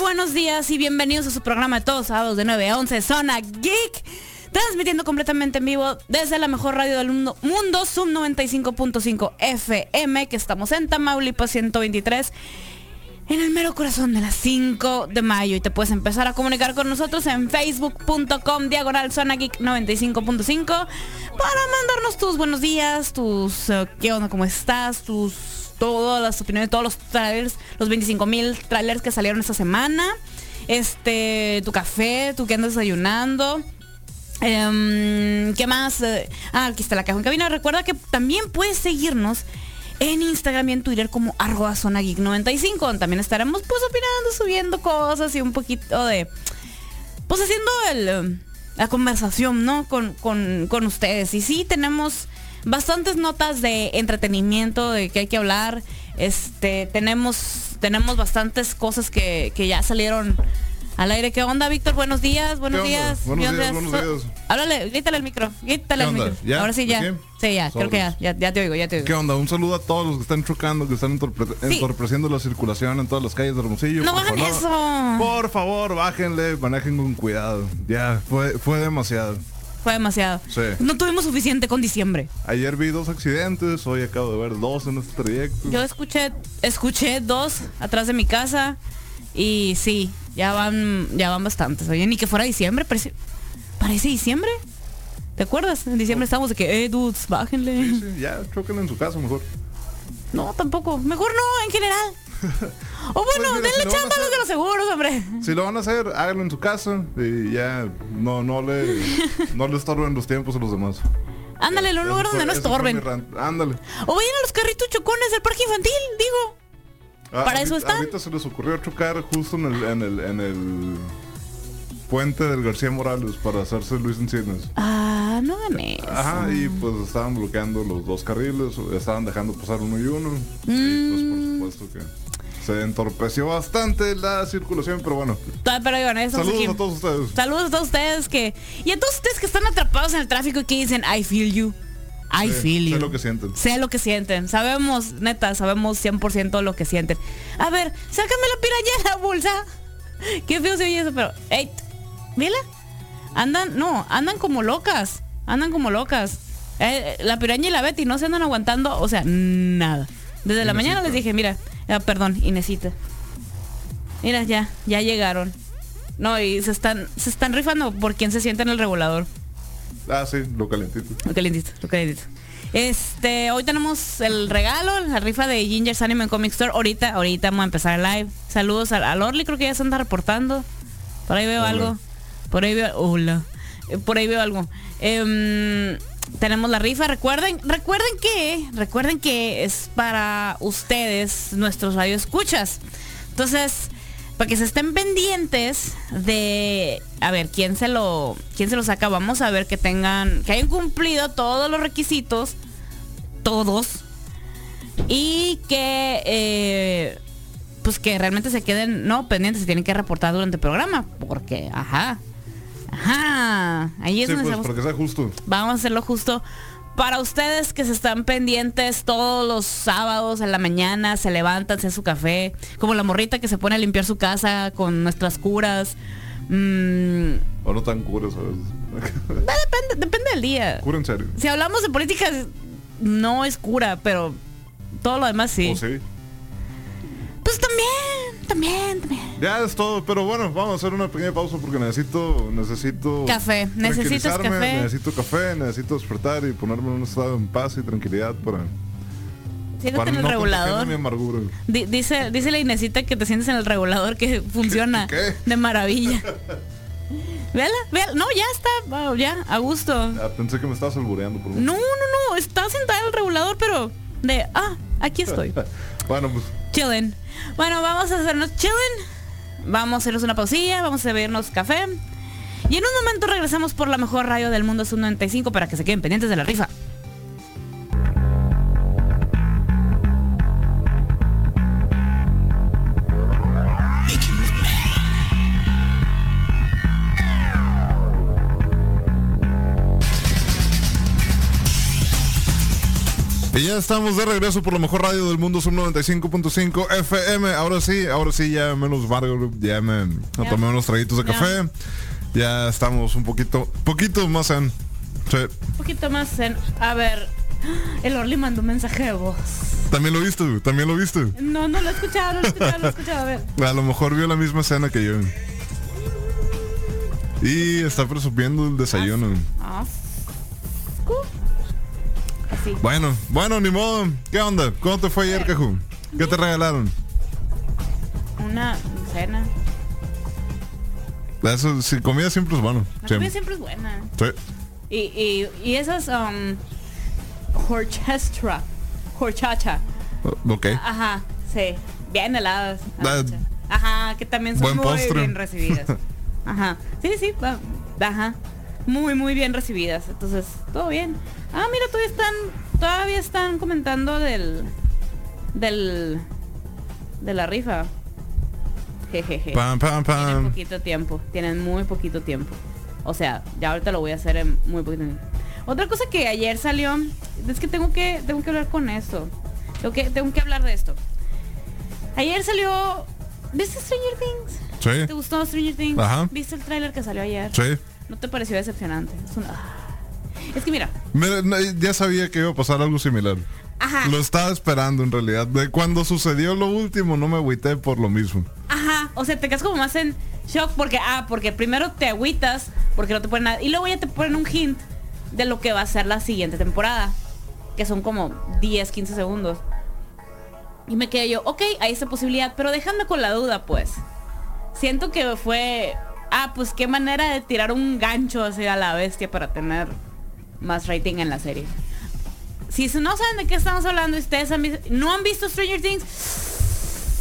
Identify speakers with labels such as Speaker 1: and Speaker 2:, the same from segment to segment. Speaker 1: buenos días y bienvenidos a su programa de todos sábados de 9 a 11, Zona Geek. Transmitiendo completamente en vivo desde la mejor radio del mundo, mundo Zoom 95.5 FM, que estamos en Tamaulipas 123, en el mero corazón de las 5 de mayo. Y te puedes empezar a comunicar con nosotros en facebook.com diagonal Zona Geek 95.5 para mandarnos tus buenos días, tus eh, qué onda, cómo estás, tus todas las opiniones, todos los trailers, los 25 mil trailers que salieron esta semana. Este, tu café, tú que andas desayunando. Em, ¿Qué más? Eh, ah, aquí está la caja en cabina. Recuerda que también puedes seguirnos en Instagram y en Twitter como arroba zona geek 95. donde También estaremos pues opinando, subiendo cosas y un poquito de pues haciendo el, eh, la conversación, ¿no? Con, con, con ustedes. Y sí, tenemos bastantes notas de entretenimiento, de que hay que hablar. Este, tenemos, tenemos bastantes cosas que, que ya salieron al aire. ¿Qué onda, Víctor? Buenos días, buenos
Speaker 2: onda?
Speaker 1: días.
Speaker 2: Buenos
Speaker 1: ¿Qué
Speaker 2: días,
Speaker 1: onda?
Speaker 2: buenos días.
Speaker 1: Háblale, grítale el micro, grítale
Speaker 2: ¿Qué
Speaker 1: el
Speaker 2: onda?
Speaker 1: micro.
Speaker 2: ¿Ya?
Speaker 1: Ahora sí, ya.
Speaker 2: ¿Sí?
Speaker 1: Sí, ya, creo que ya,
Speaker 2: Sobres.
Speaker 1: ya, ya te oigo, ya te oigo.
Speaker 2: ¿Qué onda? Un saludo a todos los que están chocando, que están entorpe-
Speaker 1: Sí.
Speaker 2: entorpeciendo la circulación en todas las calles de Hermosillo.
Speaker 1: No
Speaker 2: por
Speaker 1: hagan
Speaker 2: favor.
Speaker 1: eso.
Speaker 2: Por favor, bájenle, manejen con cuidado. Ya, fue, fue demasiado.
Speaker 1: Fue demasiado.
Speaker 2: Sí.
Speaker 1: No tuvimos suficiente con diciembre.
Speaker 2: Ayer vi dos accidentes, hoy acabo de ver dos en este trayecto.
Speaker 1: Yo escuché, escuché dos atrás de mi casa y sí, ya van, ya van bastantes. Oye, ni que fuera diciembre, parece, parece diciembre. ¿Te acuerdas? En diciembre estábamos de que, eh, dudes,
Speaker 2: Sí,
Speaker 1: bájenle.
Speaker 2: sí, ya, choquen en su casa mejor.
Speaker 1: No, tampoco. Mejor no, en general. O bueno,
Speaker 2: Pues mira, si
Speaker 1: denle
Speaker 2: lo van a
Speaker 1: chamba a los de los seguros, hombre.
Speaker 2: Si lo van a hacer, háganlo en su casa y ya no, no le, no le estorben los tiempos a los demás.
Speaker 1: Ándale, en un
Speaker 2: Eso
Speaker 1: lugar
Speaker 2: fue-
Speaker 1: donde no
Speaker 2: eso fue
Speaker 1: estorben.
Speaker 2: mi rant. Ándale.
Speaker 1: O vayan a los carritos chocones del parque infantil, digo.
Speaker 2: Ah,
Speaker 1: Para eso
Speaker 2: ahorita-
Speaker 1: están.
Speaker 2: Ahorita se les ocurrió chocar justo en el, en el, en el puente del García Morales para hacerse Luis Encinas.
Speaker 1: Ah, no hagan eso.
Speaker 2: Ajá, y pues estaban bloqueando los dos carriles, estaban dejando pasar uno y uno. Y
Speaker 1: Mm.
Speaker 2: pues por supuesto que se entorpeció bastante la circulación, pero bueno.
Speaker 1: Ta- Ah, Pero bueno, ya estamos
Speaker 2: Saludos
Speaker 1: aquí.
Speaker 2: a todos ustedes.
Speaker 1: Saludos a todos ustedes que. Y a todos ustedes que están atrapados en el tráfico y que dicen, I feel you. I
Speaker 2: Sí,
Speaker 1: feel you.
Speaker 2: Sé lo que sienten.
Speaker 1: Sé lo que sienten. Sabemos, neta, sabemos 100% lo que sienten. A ver, sácame la piraña de la bolsa. Qué feo se oye eso, pero. ¡Ey! ¿Vela? Andan, no, andan como locas. Andan como locas. Eh, eh, la piraña y la Betty no se andan aguantando, o sea, nada. Desde la mañana les
Speaker 2: Inesita.
Speaker 1: dije, mira, ah, perdón, Inesita. Mira, ya, ya llegaron. No, y se están, se están rifando por quien se sienta en el regulador.
Speaker 2: Ah, sí, lo calentito.
Speaker 1: Lo calentito, lo calentito. Este, hoy tenemos el regalo, la rifa de Ginger's Anime Comic Store. Ahorita, ahorita vamos a empezar el live. Saludos al, al Orly, creo que ya se anda reportando. Por ahí veo
Speaker 2: Hola.
Speaker 1: algo. Por ahí veo. Hola. Eh, Por ahí veo algo. Em, tenemos la rifa. Recuerden, recuerden que, recuerden que es para ustedes, nuestros radioescuchas. Entonces, para que se estén pendientes de a ver quién se lo quién se lo saca vamos a ver que tengan que hayan cumplido todos los requisitos todos y que eh, pues que realmente se queden no pendientes se tienen que reportar durante el programa porque ajá ajá ahí es donde
Speaker 2: Sí, pues,
Speaker 1: estamos
Speaker 2: para que sea justo.
Speaker 1: vamos a hacerlo justo para ustedes que se están pendientes todos los sábados en la mañana, se levantan, se hacen su café, como la morrita que se pone a limpiar su casa con nuestras curas. Mm,
Speaker 2: O no tan cura, ¿sabes?
Speaker 1: ah, depende, depende del día.
Speaker 2: cura en serio.
Speaker 1: Si hablamos de política, no es cura, pero todo lo demás sí.
Speaker 2: O sí.
Speaker 1: Pues también, también, también.
Speaker 2: Ya es todo, pero bueno, vamos a hacer una pequeña pausa porque necesito, necesito
Speaker 1: Café, necesitas
Speaker 2: tranquilizarme,
Speaker 1: café.
Speaker 2: necesito café, necesito despertar y ponerme en un estado en paz y tranquilidad para,
Speaker 1: Siéntate
Speaker 2: para
Speaker 1: en el
Speaker 2: no contagiarme
Speaker 1: regulador.
Speaker 2: mi amargura.
Speaker 1: Di- dice, dice la Inesita que te sientes en el regulador que funciona
Speaker 2: ¿Qué?
Speaker 1: de maravilla. Véala, véala. No, ya está, va, ya, a gusto.
Speaker 2: Ah, pensé que me estabas albureando por un-
Speaker 1: No, no, no, está sentada en el regulador, pero de, ah, aquí estoy.
Speaker 2: Bueno, pues
Speaker 1: Chillen. Bueno, vamos a hacernos chillen. Vamos a hacernos una pausilla, vamos a bebernos café. Y en un momento regresamos por la mejor radio del mundo, Sub 95, para que se queden pendientes de la rifa.
Speaker 2: Y ya estamos de regreso por la mejor radio del mundo, Sub 95.5 FM. Ahora sí, ahora sí, ya menos barrio, ya me me
Speaker 1: Ya.
Speaker 2: tomé unos traguitos de
Speaker 1: Ya.
Speaker 2: café. Ya estamos un poquito, poquito más en. Sí.
Speaker 1: Un poquito más en... A ver, el Orly mandó un mensaje de voz.
Speaker 2: También lo viste, güey, también lo viste.
Speaker 1: No, no lo he escuchado, no lo he escuchado, no lo he escuchado. A ver.
Speaker 2: A lo mejor vio la misma escena que yo. Y está presumiendo el desayuno.
Speaker 1: Ah, Asco. Así.
Speaker 2: Bueno, bueno, ni modo. ¿Qué onda? ¿Cómo te fue
Speaker 1: Eh,
Speaker 2: ayer, Caju? ¿Qué te regalaron?
Speaker 1: Una cena.
Speaker 2: Eso, si comida siempre es bueno.
Speaker 1: La comida
Speaker 2: Siempre.
Speaker 1: siempre es buena.
Speaker 2: Sí.
Speaker 1: Y, y, y esas... Um, horchestra. Horchacha.
Speaker 2: Oh, Ok.
Speaker 1: Ajá, sí. Bien heladas.
Speaker 2: Da-
Speaker 1: Ajá, que también son
Speaker 2: Buen
Speaker 1: muy
Speaker 2: postre.
Speaker 1: bien recibidas. Ajá. Sí, sí, va- ajá. Muy, muy bien recibidas. Entonces, todo bien. Ah, mira, todavía están, todavía están comentando del. del. de la rifa. Jejeje.
Speaker 2: Pam, pam,
Speaker 1: Tienen
Speaker 2: pam.
Speaker 1: poquito tiempo, tienen muy poquito tiempo. O sea, ya ahorita lo voy a hacer en muy poquito tiempo. Otra cosa que ayer salió, es que tengo que, tengo que hablar con esto. Tengo que, tengo que hablar de esto. Ayer salió. ¿Viste Stranger Things?
Speaker 2: Sí.
Speaker 1: ¿Te gustó Stranger Things?
Speaker 2: Ajá.
Speaker 1: ¿Viste el tráiler que salió ayer?
Speaker 2: Sí.
Speaker 1: ¿No te pareció decepcionante? Es, un- ah. Es que mira.
Speaker 2: Mira, no, ya sabía que iba a pasar algo similar.
Speaker 1: Ajá.
Speaker 2: Lo estaba esperando en realidad. De cuando sucedió lo último no me agüité por lo mismo.
Speaker 1: Ajá, o sea, te quedas como más en shock porque, ah, porque primero te agüitas porque no te ponen nada. Y luego ya te ponen un hint de lo que va a ser la siguiente temporada. Que son como 10, 15 segundos. Y me quedé yo, ok, hay esa posibilidad, pero déjame con la duda, pues. Siento que fue, ah, pues qué manera de tirar un gancho así a la bestia para tener más rating en la serie. Si no saben de qué estamos hablando y ustedes han vis- no han visto Stranger Things,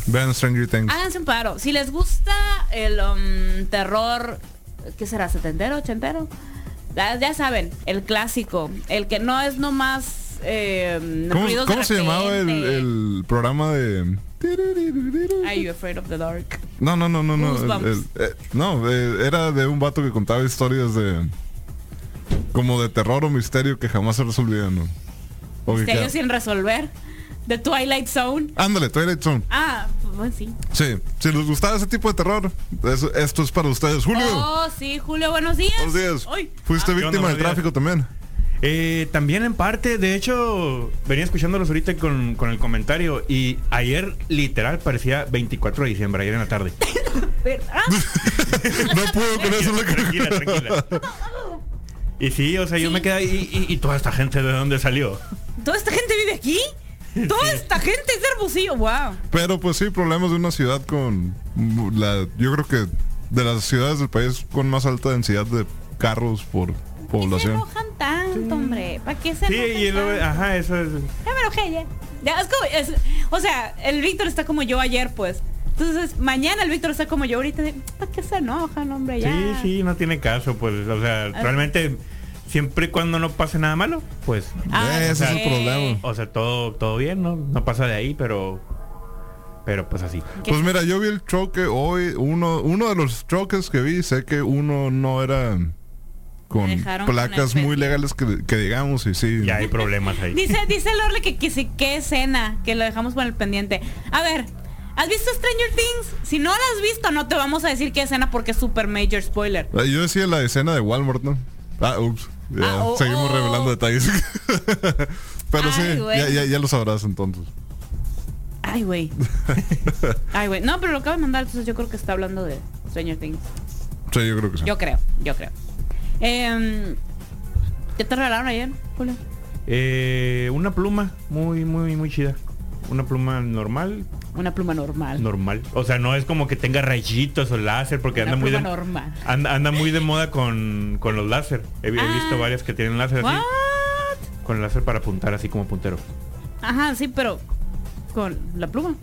Speaker 2: Vean Stranger Things.
Speaker 1: Háganse un paro. Si les gusta el um, terror, ¿qué será? ¿Setentero? ¿Ochentero? Ya, ya saben, el clásico. El que no es nomás eh,
Speaker 2: ¿Cómo,
Speaker 1: ruidos de
Speaker 2: cómo se llamaba el,
Speaker 1: repente.
Speaker 2: el programa de...
Speaker 1: Are you afraid of the dark?
Speaker 2: No, no, no, no, no. el-
Speaker 1: Goosebumps.
Speaker 2: el- eh, no, eh, era de un vato que contaba historias de... Como de terror o misterio que jamás se resolvían. ¿no? O que
Speaker 1: Misterio
Speaker 2: queda-
Speaker 1: Este sin resolver. The Twilight Zone.
Speaker 2: Ándale, Twilight Zone.
Speaker 1: Ah, pues sí.
Speaker 2: Sí, si les gustaba ese tipo de terror, eso- esto es para ustedes. Julio,
Speaker 1: Oh, sí, Julio, buenos días.
Speaker 2: buenos días.
Speaker 1: Ay.
Speaker 2: Fuiste
Speaker 1: Ah,
Speaker 3: onda?
Speaker 2: víctima del
Speaker 3: Buenos días.
Speaker 2: tráfico también.
Speaker 3: Eh, también en parte, de hecho, venía escuchándolos ahorita con, con el comentario y ayer literal parecía 24 de diciembre, ayer en la tarde.
Speaker 1: ¿verdad?
Speaker 2: no puedo con eso. no-
Speaker 3: Tranquila, tranquila. Y sí, o sea, yo
Speaker 1: Sí.
Speaker 3: me quedé ahí y, y- y toda esta gente de dónde salió.
Speaker 1: ¿Toda esta gente vive aquí? ¿Toda esta gente es de Hermosillo? Wow.
Speaker 2: Pero pues sí, problemas de una ciudad con la, yo creo que de las ciudades del país con más alta densidad de carros
Speaker 1: ¿Por
Speaker 2: por
Speaker 1: qué se
Speaker 2: población.
Speaker 1: enojan tanto, hombre? ¿Para qué se
Speaker 3: Sí,
Speaker 1: enojan
Speaker 3: y luego,
Speaker 1: tanto?
Speaker 3: ajá, eso es.
Speaker 1: Ya me enojé ya. Ya, es como- es- o sea, el Víctor está como yo ayer, pues. Entonces, mañana el Víctor está como yo ahorita. de, ¿Para qué se enojan, hombre? Ya.
Speaker 3: Sí, sí, no tiene caso, pues, o sea, realmente siempre y cuando no pase nada malo, pues,
Speaker 2: Ese es el
Speaker 1: Ah, ok.
Speaker 2: problema.
Speaker 3: o sea, todo, todo bien, ¿no? No pasa de ahí, pero, pero pues así.
Speaker 1: ¿Qué?
Speaker 2: Pues mira, yo vi el choque hoy, uno, uno de los choques que vi, sé que uno no era
Speaker 1: Me
Speaker 2: con
Speaker 1: dejaron con
Speaker 2: placas
Speaker 1: el
Speaker 2: muy
Speaker 1: pe-
Speaker 2: legales que, que digamos y sí.
Speaker 3: Ya hay problemas ahí.
Speaker 1: Dice, dice Lorle que, que sí, qué escena, que lo dejamos con el pendiente. A ver, ¿has visto Stranger Things? Si no la has visto, no te vamos a decir qué escena porque es super major spoiler.
Speaker 2: Ah, Yo decía la escena de Walmart, ¿no? Ah, ups. Ya,
Speaker 1: Ah, oh,
Speaker 2: seguimos
Speaker 1: oh.
Speaker 2: revelando detalles. Pero
Speaker 1: Ay,
Speaker 2: sí,
Speaker 1: güey.
Speaker 2: ya, ya, ya lo sabrás entonces.
Speaker 1: Ay, güey. Ay, güey. No, pero lo acaba de mandar, entonces yo creo que está hablando de Stranger Things.
Speaker 2: Sí, yo creo que sí.
Speaker 1: Yo creo, yo creo. Em, ¿Qué te regalaron ayer, Julio?
Speaker 3: Eh, una pluma muy, muy, muy chida. Una pluma normal,
Speaker 1: Una pluma normal.
Speaker 3: normal. O sea, no es como que tenga rayitos o láser, porque
Speaker 1: Una
Speaker 3: anda muy, de,
Speaker 1: pluma normal.
Speaker 3: anda, anda muy de moda con, con los láser. He, he
Speaker 1: Ah.
Speaker 3: visto varias que tienen láser así,
Speaker 1: What?
Speaker 3: con láser para apuntar así como puntero.
Speaker 1: Ajá, sí, pero con la pluma.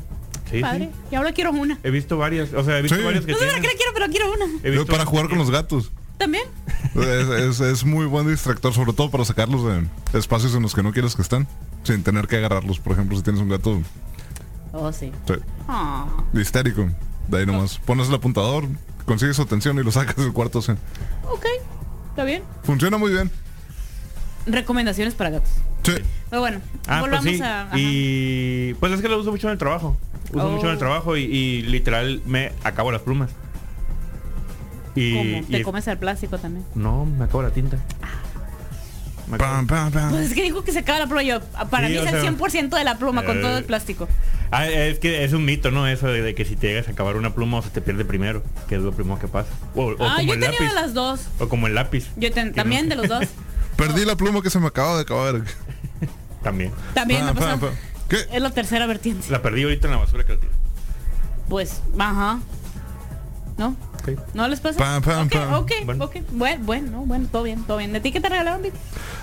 Speaker 3: Sí,
Speaker 1: Padre.
Speaker 3: sí.
Speaker 1: Y ahora quiero una.
Speaker 3: He visto varias, o sea, he visto
Speaker 2: Sí.
Speaker 3: varias que
Speaker 1: No sé para
Speaker 3: tienen.
Speaker 1: qué la quiero, pero quiero una.
Speaker 3: he visto
Speaker 2: para
Speaker 3: varias
Speaker 2: jugar
Speaker 3: que
Speaker 2: con los gatos.
Speaker 1: También.
Speaker 2: Es, es- es muy buen distractor, sobre todo para sacarlos de espacios en los que no quieres que están. Sin tener que agarrarlos, por ejemplo, si tienes un gato
Speaker 1: Oh, sí.
Speaker 2: sí,
Speaker 1: Ah.
Speaker 2: histérico. De ahí nomás. Pones el apuntador, consigues su atención y lo sacas del cuarto. sí.
Speaker 1: Ok, está bien.
Speaker 2: Funciona muy bien.
Speaker 1: Recomendaciones para gatos.
Speaker 2: Sí.
Speaker 1: Pero bueno,
Speaker 3: Ah, pues
Speaker 1: volvamos
Speaker 3: sí.
Speaker 1: a... ajá.
Speaker 3: Y pues es que lo uso mucho en el trabajo. Uso
Speaker 1: Oh.
Speaker 3: mucho en el trabajo y, y literal me acabo las plumas. Y,
Speaker 1: ¿Cómo?
Speaker 3: y-
Speaker 1: Te comes el plástico también.
Speaker 3: No, me acabo la tinta. Me acabo-
Speaker 2: Pam, pam, pam.
Speaker 1: Pues es que dijo que se acaba la pluma. Yo, para
Speaker 3: Sí,
Speaker 1: mí
Speaker 3: o
Speaker 1: es el
Speaker 3: sea,
Speaker 1: 100% de la pluma con
Speaker 3: eh,
Speaker 1: todo el plástico.
Speaker 3: Ah, es que es un mito, ¿no? Eso de, de que si te llegas a acabar una pluma o se te pierde primero, que es lo primero que pasa. O, o
Speaker 1: Ah,
Speaker 3: como
Speaker 1: yo
Speaker 3: el
Speaker 1: tenía
Speaker 3: lápiz.
Speaker 1: de las dos.
Speaker 3: O como el lápiz.
Speaker 1: Yo ten-
Speaker 3: Que
Speaker 1: también
Speaker 3: no-
Speaker 1: de los dos.
Speaker 2: Perdí la pluma que se me acaba de acabar.
Speaker 3: También.
Speaker 1: También me
Speaker 3: ah,
Speaker 2: Pam,
Speaker 1: pasó.
Speaker 2: pam, pam. ¿Qué?
Speaker 1: Es la tercera vertiente.
Speaker 3: La perdí ahorita en la basura que la tiré.
Speaker 1: Pues, ajá. ¿No?
Speaker 3: Ok.
Speaker 1: ¿No les pasa?
Speaker 2: Pam, pam,
Speaker 1: ok,
Speaker 2: pam.
Speaker 1: ok,
Speaker 3: Bueno.
Speaker 1: ok. Bueno, bueno, bueno, todo bien, todo bien. ¿De ti qué te regalaron, Vic?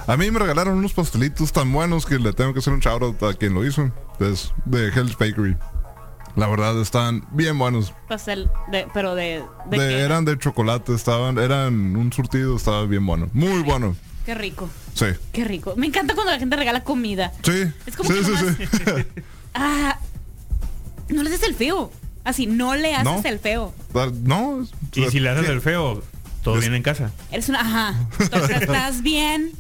Speaker 2: A mí me regalaron unos pastelitos tan buenos que le tengo que hacer un shout out a quien lo hizo. Es de Hell's Bakery. La verdad están bien buenos.
Speaker 1: Pastel, Pues de, pero de... de
Speaker 2: De-
Speaker 1: qué?
Speaker 2: eran de chocolate, estaban, eran un surtido, estaba bien bueno. Muy bueno.
Speaker 1: Qué rico,
Speaker 2: Sí.
Speaker 1: qué rico. Me encanta cuando la gente regala comida.
Speaker 2: Sí.
Speaker 1: Es como
Speaker 2: sí,
Speaker 1: que
Speaker 2: sí,
Speaker 1: nomás-
Speaker 2: sí.
Speaker 1: Ah, no le haces el feo. Así, no le haces
Speaker 2: No.
Speaker 1: el feo.
Speaker 2: Dar- no. es-
Speaker 3: Y si le haces
Speaker 2: ¿qué?
Speaker 3: el feo, todo
Speaker 2: Es-
Speaker 3: viene en casa.
Speaker 1: Eres una, ajá. Entonces, ¿estás bien?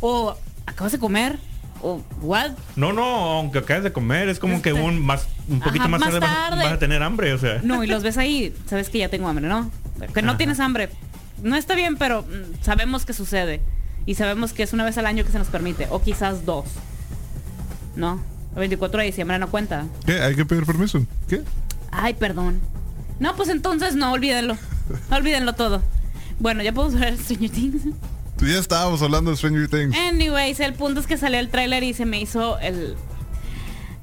Speaker 1: O acabas de comer. O what?
Speaker 3: No, no, aunque acabes de comer, es como que
Speaker 1: Este-
Speaker 3: un más un poquito
Speaker 1: Ajá,
Speaker 3: más,
Speaker 1: más
Speaker 3: tarde, vas a-
Speaker 1: tarde.
Speaker 3: Vas, a tener hambre, o sea.
Speaker 1: No, y los ves ahí, sabes que ya tengo hambre, ¿no? Que no
Speaker 3: Ajá.
Speaker 1: tienes hambre. No está bien, pero mm, sabemos que sucede. Y sabemos que es una vez al año que se nos permite. O quizás dos. ¿No? El 24 de diciembre no cuenta.
Speaker 2: ¿Qué? Hay que pedir permiso. ¿Qué?
Speaker 1: Ay, perdón. No, pues entonces no, olvídenlo. Olvídenlo todo. Bueno, ya podemos ver Stranger Things.
Speaker 2: Tú Pues ya estábamos hablando de Stranger Things.
Speaker 1: Eh. Anyways, el punto es que salió el tráiler y se me hizo el...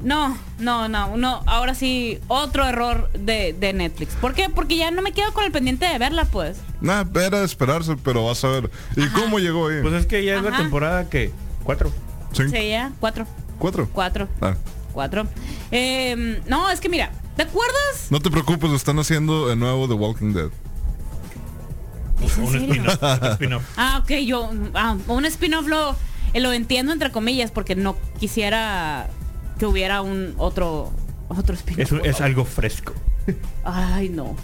Speaker 1: No, no, no, no. Ahora sí, otro error de, de Netflix. ¿Por qué? Porque ya no me quedo con el pendiente de verla, pues.
Speaker 2: Nada, era esperarse, pero vas a ver. ¿Y cómo llegó ahí?
Speaker 3: Pues es que ya es la
Speaker 1: Ajá.
Speaker 3: temporada que cuatro.
Speaker 2: Cin-
Speaker 1: Sí, ya. Cuatro.
Speaker 2: ¿Cuatro?
Speaker 1: Cuatro.
Speaker 2: Ah.
Speaker 1: Cuatro. Eh, no, es que mira, ¿te acuerdas?
Speaker 2: No te preocupes, están haciendo el nuevo The Walking Dead.
Speaker 1: ¿Es en
Speaker 3: Un
Speaker 1: serio?
Speaker 3: spin-off. un spin-off.
Speaker 1: Ah, ok, yo... ah, un spin-off lo, eh, lo entiendo entre comillas porque no quisiera que hubiera un otro... Otro spin-off.
Speaker 3: Eso es algo fresco.
Speaker 1: Ay, no.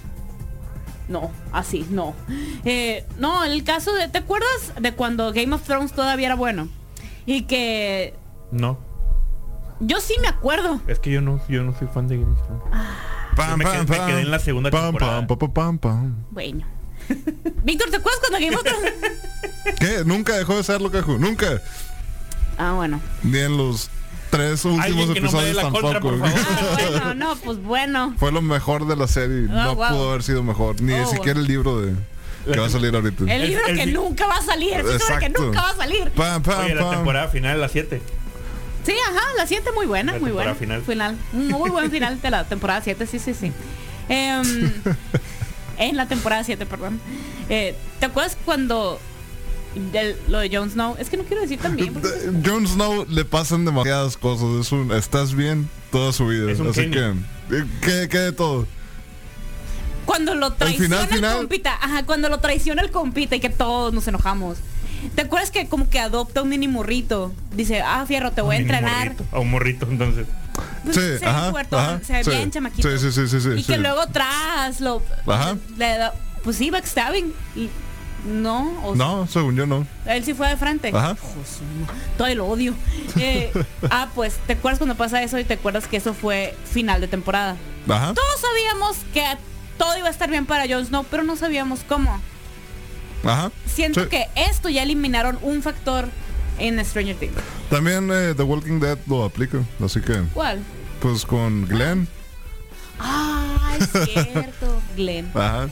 Speaker 1: No, así, no. Eh, no, el caso de... ¿Te acuerdas de cuando Game of Thrones todavía era bueno? Y que...
Speaker 3: No,
Speaker 1: Yo sí me acuerdo.
Speaker 3: es que yo no, yo no soy fan de Game of Thrones.
Speaker 1: Ah.
Speaker 2: Pam,
Speaker 3: me quedé-
Speaker 2: pam,
Speaker 3: me
Speaker 2: pam.
Speaker 3: quedé en la segunda
Speaker 2: Pam,
Speaker 3: temporada.
Speaker 2: Pam, pam, pam, pam.
Speaker 1: Bueno. Víctor, ¿te acuerdas cuando Game of Thrones...
Speaker 2: ¿Qué? Nunca dejó de serlo, Caju. Nunca.
Speaker 1: Ah, bueno.
Speaker 2: Ni en los tres últimos
Speaker 3: Alguien que no me dé
Speaker 2: episodios
Speaker 3: la
Speaker 2: tampoco.
Speaker 3: contra, por favor.
Speaker 1: Ah, bueno, no, pues bueno.
Speaker 2: Fue lo mejor de la serie.
Speaker 1: Ah,
Speaker 2: no
Speaker 1: wow.
Speaker 2: pudo haber sido mejor. Ni
Speaker 1: Oh,
Speaker 2: siquiera el libro de que va a salir ahorita.
Speaker 1: El
Speaker 3: El-
Speaker 1: libro
Speaker 3: el
Speaker 1: que
Speaker 3: vi-
Speaker 1: nunca va a salir, el libro que
Speaker 2: Exacto.
Speaker 1: nunca va a salir.
Speaker 2: Pam, pam,
Speaker 3: Oye, la
Speaker 2: pam.
Speaker 3: temporada final, las 7.
Speaker 1: Sí, ajá, la siente muy buena,
Speaker 3: La
Speaker 1: muy buena.
Speaker 3: temporada
Speaker 1: Final. Un Muy buen final de la temporada 7, sí, sí, sí. Em, en la temporada 7, perdón. Eh, ¿Te acuerdas cuando del- lo de Jon Snow? Es que no quiero decir también. porque-
Speaker 2: D- Jon Snow le pasan demasiadas cosas. Es un estás bien toda su vida.
Speaker 3: Es un
Speaker 2: Así que,
Speaker 3: genio.
Speaker 2: eh, que, que de todo.
Speaker 1: Cuando lo traiciona el,
Speaker 2: final, final.
Speaker 1: compita, ajá, cuando lo traiciona el compita y que todos nos enojamos. ¿Te acuerdas que como que adopta un mini murrito? Dice, ah, fierro, te voy a entrenar.
Speaker 3: A un morrito, entonces.
Speaker 1: Pues,
Speaker 2: Sí,
Speaker 1: se
Speaker 2: ajá,
Speaker 1: ve puerto,
Speaker 2: ajá,
Speaker 1: se ve
Speaker 2: sí.
Speaker 1: bien chamaquito.
Speaker 2: Sí, sí, sí, sí, sí,
Speaker 1: y que
Speaker 2: sí.
Speaker 1: luego tras lo
Speaker 2: Ajá.
Speaker 1: le da- pues sí, backstabbing. Y no, o
Speaker 2: No, según yo no.
Speaker 1: él sí fue de frente.
Speaker 2: Ajá.
Speaker 1: José, no, todavía lo odio. Eh, ah, pues, ¿te acuerdas cuando pasa eso y te acuerdas que eso fue final de temporada?
Speaker 2: Ajá.
Speaker 1: Todos sabíamos que todo iba a estar bien para Jon Snow, pero no sabíamos cómo.
Speaker 2: Ajá.
Speaker 1: Siento
Speaker 2: Sí.
Speaker 1: que esto ya eliminaron un factor en Stranger Things.
Speaker 2: También eh, The Walking Dead lo aplica. Así que,
Speaker 1: ¿Cuál?
Speaker 2: pues con Glenn.
Speaker 1: Ah, es cierto, Glenn.
Speaker 2: Ajá.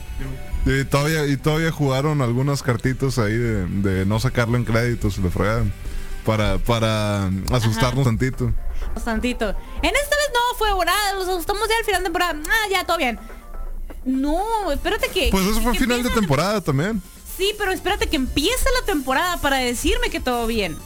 Speaker 2: Y todavía, y todavía jugaron algunas cartitas ahí de, de no sacarlo en créditos, le fregaron. Para, para asustarnos tantito.
Speaker 1: Bastantito. En esta vez no fue volada, los asustamos ya al final de temporada. Ah, ya, todo bien. No, espérate que.
Speaker 2: Pues eso
Speaker 1: que-
Speaker 2: fue
Speaker 1: que
Speaker 2: final de
Speaker 1: empiece la
Speaker 2: temporada también.
Speaker 1: tem- Sí, pero espérate que empiece la temporada para decirme que todo bien.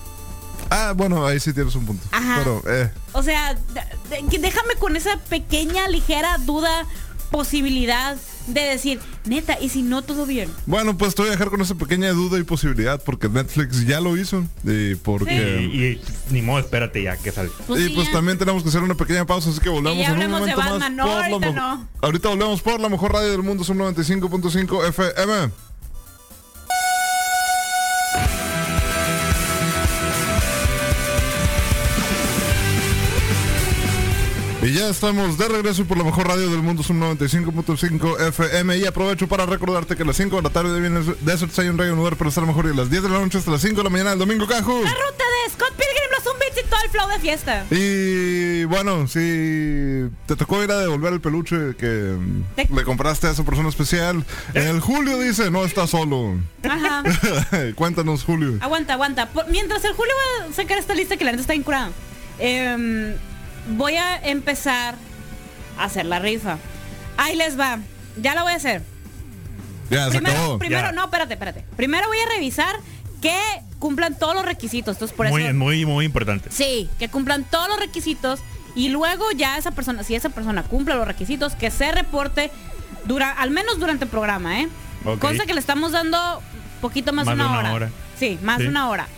Speaker 2: Ah, bueno, ahí sí tienes un punto.
Speaker 1: Ajá.
Speaker 2: Pero, eh,
Speaker 1: O sea, de- de- que déjame con esa pequeña, ligera duda, posibilidad de decir, neta, y si no todo bien.
Speaker 2: bueno, pues te voy a dejar con esa pequeña duda y posibilidad porque Netflix ya lo hizo. Y porque.
Speaker 3: Y, y ni modo, espérate ya que sale.
Speaker 1: Pues
Speaker 2: y
Speaker 1: sí,
Speaker 2: pues
Speaker 1: ya.
Speaker 2: también tenemos que hacer una pequeña pausa, así que volvemos
Speaker 1: Y ya
Speaker 2: en un
Speaker 1: hablemos de
Speaker 2: momento más.
Speaker 1: Batman, no,
Speaker 2: por la
Speaker 1: ahorita
Speaker 2: mejor-
Speaker 1: no.
Speaker 2: Ahorita volvemos por la mejor radio del mundo, son 95.5 FM. Y ya estamos de regreso por la mejor radio del mundo, son 95.5 FM. Y aprovecho para recordarte que a las 5 de la tarde viene Desert Science Radio Nuevo para estar mejor. Y a las 10 de la noche hasta las 5 de la mañana del domingo, Caju.
Speaker 1: La ruta de Scott Pilgrim, los Zumbies y todo el flow de fiesta.
Speaker 2: Y bueno, si te tocó ir a devolver el peluche que
Speaker 1: Te-
Speaker 2: le compraste a esa persona especial, el Julio dice, no está solo.
Speaker 1: Ajá.
Speaker 2: Cuéntanos, Julio.
Speaker 1: Aguanta, aguanta. Por- mientras el Julio va a sacar esta lista que la neta está incurada, voy a empezar a hacer la rifa. Ahí les va. Ya la voy a hacer.
Speaker 2: Ya, se
Speaker 1: Primero,
Speaker 2: acabó.
Speaker 1: primero
Speaker 3: Ya.
Speaker 1: no, espérate, espérate. Primero voy a revisar que cumplan todos los requisitos. Entonces, por
Speaker 3: Muy,
Speaker 1: eso.
Speaker 3: muy, muy importante.
Speaker 1: Sí, que cumplan todos los requisitos y luego ya esa persona, si esa persona cumple los requisitos, que se reporte dura, al menos durante el programa, ¿eh?
Speaker 3: Ok.
Speaker 1: Cosa que le estamos dando poquito más,
Speaker 3: Más
Speaker 1: una
Speaker 3: de una
Speaker 1: hora.
Speaker 3: hora.
Speaker 1: Sí, más de
Speaker 3: Sí.
Speaker 1: una hora.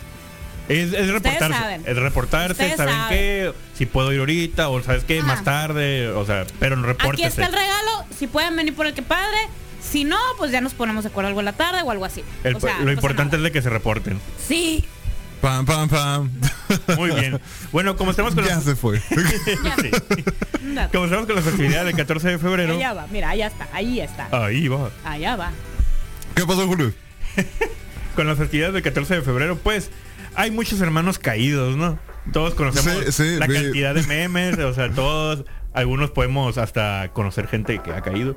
Speaker 3: Es, es reportarse.
Speaker 1: saben.
Speaker 3: Es reportarse,
Speaker 1: Ustedes
Speaker 3: saben
Speaker 1: saben.
Speaker 3: qué, si puedo ir ahorita o sabes qué,
Speaker 1: Ajá.
Speaker 3: más tarde, o sea, pero no
Speaker 1: Aquí
Speaker 3: repórtese.
Speaker 1: está el regalo, si pueden venir por el que padre, si no, pues ya nos ponemos de acuerdo algo en la tarde o algo así.
Speaker 3: El-
Speaker 1: O sea,
Speaker 3: lo
Speaker 1: no
Speaker 3: importante es
Speaker 1: pasa
Speaker 3: de que se reporten.
Speaker 1: nada. Sí,
Speaker 2: Pam, pam, pam.
Speaker 3: Muy bien. Bueno, como estamos con
Speaker 2: ya
Speaker 3: las,
Speaker 2: se fue.
Speaker 1: ya.
Speaker 3: Sí.
Speaker 1: Anda.
Speaker 3: como estamos con las festividades del 14 de febrero.
Speaker 1: Allá va, mira, allá está, ahí está.
Speaker 3: Ahí va.
Speaker 1: Allá va.
Speaker 2: ¿Qué pasó, Julio?
Speaker 3: Con las festividades del 14 de febrero, pues hay muchos hermanos caídos, ¿no? Todos conocemos
Speaker 2: Sí, sí,
Speaker 3: la
Speaker 2: vi.
Speaker 3: cantidad de memes, o sea, todos, algunos podemos hasta conocer gente que ha caído.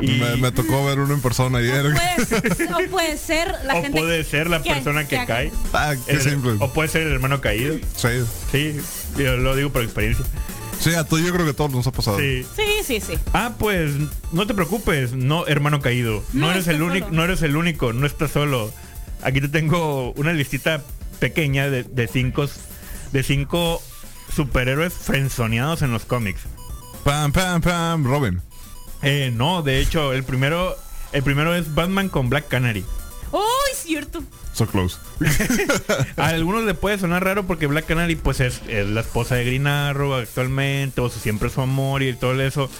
Speaker 3: Y
Speaker 2: Me, me tocó ver uno en persona ayer.
Speaker 1: O puede, ser- o puede ser la
Speaker 3: o
Speaker 1: gente
Speaker 3: puede ser la
Speaker 1: que-
Speaker 3: persona que,
Speaker 1: que-
Speaker 3: cae.
Speaker 2: Ah, qué
Speaker 3: El-
Speaker 2: simple.
Speaker 3: o puede ser el hermano caído.
Speaker 2: Sí.
Speaker 3: Sí, yo lo digo por experiencia.
Speaker 2: Sí, a todos yo creo que a todos nos ha pasado.
Speaker 3: Sí.
Speaker 1: Sí, sí, sí.
Speaker 3: Ah, pues no te preocupes, no hermano caído. No,
Speaker 1: No
Speaker 3: eres el
Speaker 1: estás
Speaker 3: único,
Speaker 1: solo.
Speaker 3: no eres el único, no estás solo. Aquí te tengo una listita pequeña de, de cinco de cinco superhéroes frenzoneados en los cómics.
Speaker 2: Pam, pam, pam, Robin.
Speaker 3: Eh, no, de hecho, el primero el primero es Batman con Black Canary.
Speaker 1: Uy, cierto.
Speaker 2: So close.
Speaker 3: A algunos le puede sonar raro porque Black Canary pues es, es la esposa de Green Arrow actualmente, o su- siempre su amor y todo eso.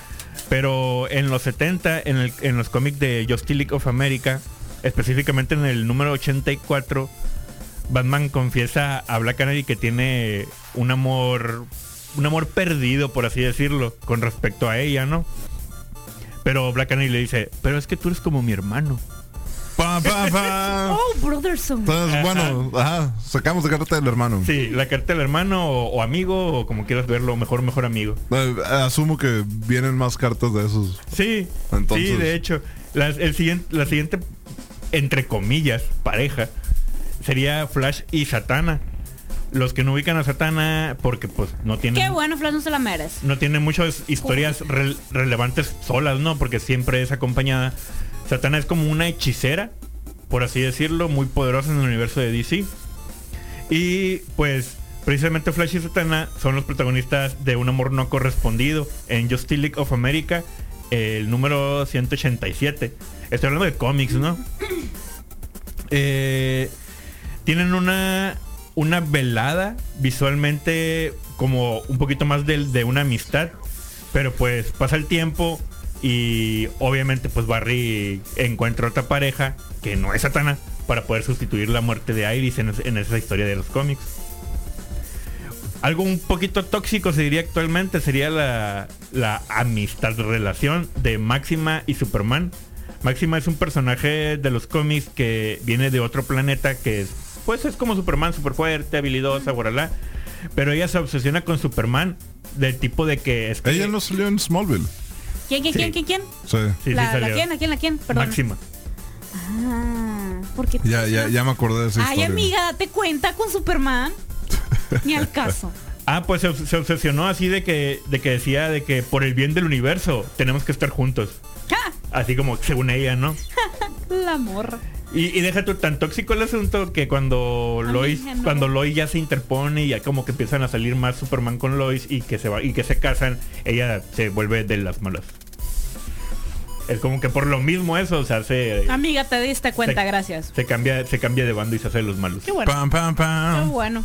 Speaker 3: Pero en los 70, en, el- en los cómics de Justice League of America, específicamente en el número 84, Batman confiesa a Black Canary que tiene un amor, un amor perdido, por así decirlo, con respecto a ella, ¿no? Pero Black Canary le dice, pero es que tú eres como mi hermano.
Speaker 2: Pam, pam, pam.
Speaker 1: Oh, brotherson.
Speaker 2: Entonces, bueno, ajá, sacamos de carta del hermano.
Speaker 3: Sí, la carta del hermano o, o amigo o como quieras verlo, mejor, mejor amigo.
Speaker 2: Eh, Asumo que vienen más cartas de esos.
Speaker 3: Sí,
Speaker 2: Entonces-
Speaker 3: sí, de hecho, las- el siguiente, la siguiente, entre comillas, pareja, sería Flash y Satana. Los que no ubican a Satana porque pues no tienen...
Speaker 1: Qué bueno, Flash no se la merece.
Speaker 3: No tiene muchas historias rel- relevantes solas, ¿no? Porque siempre es acompañada. Satana es como una hechicera, por así decirlo, muy poderosa en el universo de DC. Y pues precisamente Flash y Satana son los protagonistas de Un amor no correspondido en Justice League of America, el número 187. Estoy hablando de cómics, ¿no? Eh, tienen una una velada visualmente como un poquito más del de una amistad pero pues pasa el tiempo y obviamente pues Barry encuentra otra pareja que no es Satana para poder sustituir la muerte de Iris en, es- en esa historia de los cómics algo un poquito tóxico se diría actualmente sería la, la amistad relación de Máxima y Superman. Máxima es un personaje de los cómics que viene de otro planeta que es, pues es como Superman, súper fuerte, habilidosa, guaralá. Pero ella se obsesiona con Superman del tipo de que es que-
Speaker 2: Ella no salió en Smallville.
Speaker 1: ¿Quién, quién,
Speaker 3: Sí.
Speaker 1: quién, quién, quién?
Speaker 2: Sí.
Speaker 3: Sí, sí
Speaker 1: la, la
Speaker 3: salió.
Speaker 1: quién, la quién, la quién? Perdón.
Speaker 3: Máxima.
Speaker 1: Ah, porque
Speaker 2: Ya, ya, ya me acordé de esa
Speaker 1: Ay,
Speaker 2: historia.
Speaker 1: amiga, date cuenta con Superman. Ni al caso.
Speaker 3: Ah, pues se, obs- se obsesionó así de que, de que decía de que por el bien del universo tenemos que estar juntos.
Speaker 1: ¡Ja!
Speaker 3: Así como según ella, ¿no?
Speaker 1: La morra.
Speaker 3: Y, y deja tú tan tóxico el asunto que cuando
Speaker 1: Amiga,
Speaker 3: Lois,
Speaker 1: no.
Speaker 3: cuando Lois ya se interpone y ya como que empiezan a salir más Superman con Lois y que se va, y que se casan, ella se vuelve de las malas. Es como que por lo mismo eso, o sea, se,
Speaker 1: Amiga, te diste cuenta,
Speaker 3: Sí.
Speaker 1: gracias.
Speaker 3: se cambia, se cambia de bando y se hace de los malos.
Speaker 1: Qué bueno.
Speaker 2: Pam, pam,
Speaker 1: Qué
Speaker 2: pam.
Speaker 1: bueno.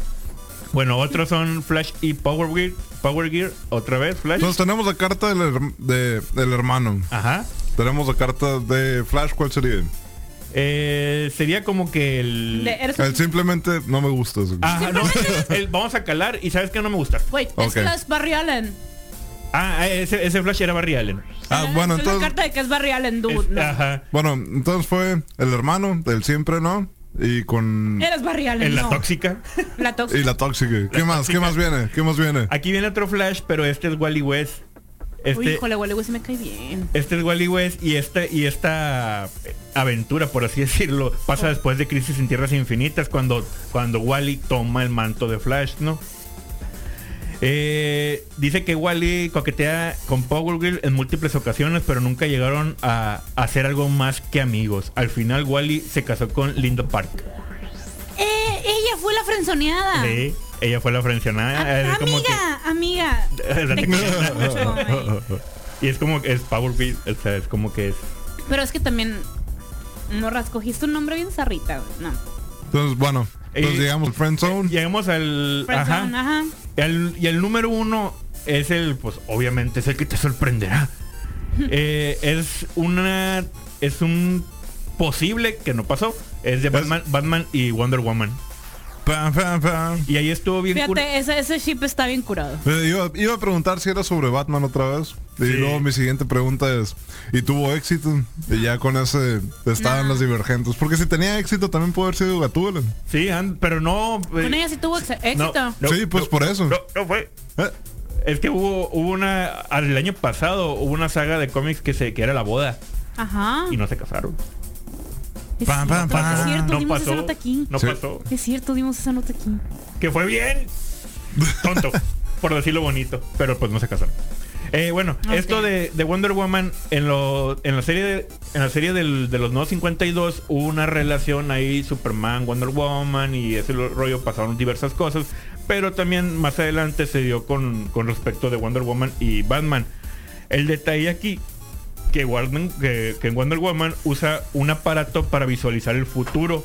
Speaker 3: Bueno, otros son Flash y Power Gear, Power Gear, otra vez Flash.
Speaker 2: Entonces tenemos la carta del, her- de- del hermano.
Speaker 3: Ajá.
Speaker 2: Tenemos la carta de Flash, ¿cuál sería?
Speaker 3: Eh, sería como que el.
Speaker 1: De- eres un- Ah.
Speaker 2: El simplemente no me gusta.
Speaker 3: Ajá, no, el- vamos a calar y sabes que no me gusta.
Speaker 1: Wait,
Speaker 2: Ok.
Speaker 1: es Flash Barry Allen.
Speaker 3: Ah, ese, ese flash era Barry Allen.
Speaker 2: Ah, bueno,
Speaker 1: es una
Speaker 2: entonces.
Speaker 1: carta de que es Barry Allen, dude.
Speaker 3: Es-
Speaker 1: no.
Speaker 3: Ajá.
Speaker 2: Bueno, entonces fue el hermano del siempre, ¿no? Y con.
Speaker 1: Eres Barry Allen,
Speaker 3: En la
Speaker 1: no.
Speaker 3: tóxica.
Speaker 1: La tóxica.
Speaker 2: Y la tóxica. ¿Qué más? ¿Qué más viene? ¿Qué más viene?
Speaker 3: Aquí viene otro flash, pero este es Wally West.
Speaker 1: Uy,
Speaker 3: Este,
Speaker 1: híjole, güey, güey, se me cae bien.
Speaker 3: este es Wally West y esta, y esta aventura, por así decirlo, pasa después de Crisis en Tierras Infinitas, cuando, cuando Wally toma el manto de Flash, ¿no? Eh, dice que Wally coquetea con Powergirl en múltiples ocasiones, pero nunca llegaron a hacer algo más que amigos. Al final Wally se casó con Lindo Park.
Speaker 1: Eh, ella fue la frenzoneada.
Speaker 3: Sí, Ah, ella fue la
Speaker 1: A-
Speaker 3: frencionada. era como que-
Speaker 1: Ah. amiga, amiga.
Speaker 3: Date
Speaker 1: Te
Speaker 3: cuenta.
Speaker 1: quiero mucho, güey.
Speaker 3: y es como que es Powergirl, o sea, es como que es...
Speaker 1: Pero es que también, morras, cogiste un nombre bien zarrita, güey. No.
Speaker 2: Entonces, bueno. Entonces
Speaker 3: Eh,
Speaker 2: llegamos al Friend Zone.
Speaker 3: Llegamos al... ajá.
Speaker 1: Friendzone, ajá.
Speaker 3: El- y el número uno es el, pues obviamente es el que te sorprenderá. Eh, es una, es un posible que no pasó. Es de
Speaker 2: Es-
Speaker 3: Batman, Batman y Wonder Woman.
Speaker 2: Pam, pam, pam.
Speaker 3: Y ahí estuvo bien cura-
Speaker 1: Fíjate, ese, ese ship está bien curado.
Speaker 2: Eh, Iba, iba a preguntar si era sobre Batman otra vez. Y
Speaker 3: Sí.
Speaker 2: luego mi siguiente pregunta es, ¿y tuvo éxito? Y ya con ese estaban
Speaker 1: No.
Speaker 2: las divergentes. Porque si tenía éxito también pudo haber sido Gatúbela.
Speaker 3: Sí, and- pero no. eh,
Speaker 1: Con ella sí tuvo ex-
Speaker 3: no,
Speaker 1: éxito.
Speaker 3: no,
Speaker 2: sí, pues
Speaker 3: no,
Speaker 2: por eso.
Speaker 3: no, no fue.
Speaker 2: Eh,
Speaker 3: Es que hubo, hubo una, al año pasado hubo una saga de cómics que se que era la boda
Speaker 1: Ajá.
Speaker 3: y no se casaron.
Speaker 1: Es
Speaker 2: Pam, pam,
Speaker 1: cierto,
Speaker 2: pam.
Speaker 1: Es Ah, cierto,
Speaker 3: no
Speaker 1: dimos esa
Speaker 3: pasó.
Speaker 1: nota aquí.
Speaker 3: No
Speaker 2: Sí.
Speaker 3: pasó.
Speaker 1: Es cierto, dimos esa nota aquí.
Speaker 3: Que fue bien. Tonto, por decirlo bonito. Pero pues no se casaron. Eh, bueno,
Speaker 1: Ok.
Speaker 3: esto de, de Wonder Woman en, lo, en la serie, de, en la serie del- de los nuevos 52 hubo una relación ahí Superman, Wonder Woman y ese lo- rollo pasaron diversas cosas, pero también más adelante se dio con, con respecto de Wonder Woman y Batman. El detalle aquí que, Warden- que, que en Wonder Woman usa un aparato para visualizar el futuro.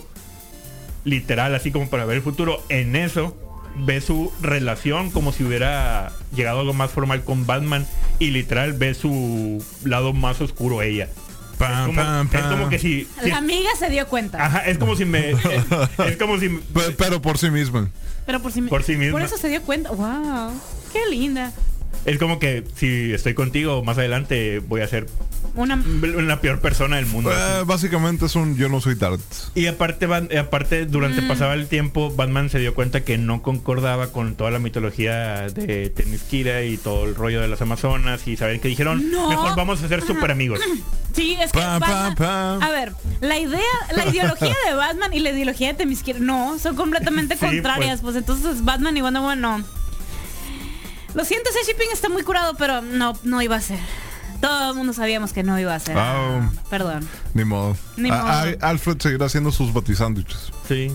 Speaker 3: Literal, así como para ver el futuro. En eso ve su relación como si hubiera llegado a algo más formal con Batman. Y literal ve su lado más oscuro ella. Es
Speaker 2: Pam,
Speaker 3: como,
Speaker 2: pam,
Speaker 3: es como
Speaker 2: pam.
Speaker 3: que si... si-
Speaker 1: La amiga se dio cuenta.
Speaker 3: ajá, es como si me... Es, es como si...
Speaker 2: Pe- Pero por sí misma.
Speaker 1: Pero por sí, mi-
Speaker 3: por sí misma.
Speaker 1: Por eso se dio cuenta. ¡Wow! ¡Qué linda!
Speaker 3: Es como que si estoy contigo más adelante voy a ser
Speaker 1: Una.
Speaker 3: la peor persona del mundo.
Speaker 2: Eh, básicamente es un yo no soy Tart.
Speaker 3: Y aparte, Ban- eh, aparte durante pasaba el tiempo, Batman se dio cuenta que no concordaba con toda la mitología de Temiskira y todo el rollo de las Amazonas y saben que dijeron,
Speaker 1: No.
Speaker 3: mejor vamos a ser
Speaker 1: Ajá.
Speaker 3: super amigos.
Speaker 1: Sí, es que.
Speaker 2: Pam,
Speaker 1: Batman- ah,
Speaker 2: pam, pam.
Speaker 1: A ver, la idea, la ideología de Batman y la ideología de Temisquira no, son completamente
Speaker 3: Sí,
Speaker 1: contrarias. Pues. entonces Batman y Wonder Woman no. Lo siento, ese shipping está muy curado, pero no, no iba a ser. Todo el mundo sabíamos que no iba a ser.
Speaker 2: Ah.
Speaker 1: Perdón.
Speaker 2: Ni modo.
Speaker 1: Ni
Speaker 2: A-
Speaker 1: modo.
Speaker 2: a- Alfred seguirá haciendo sus batisándwiches.
Speaker 3: Sí.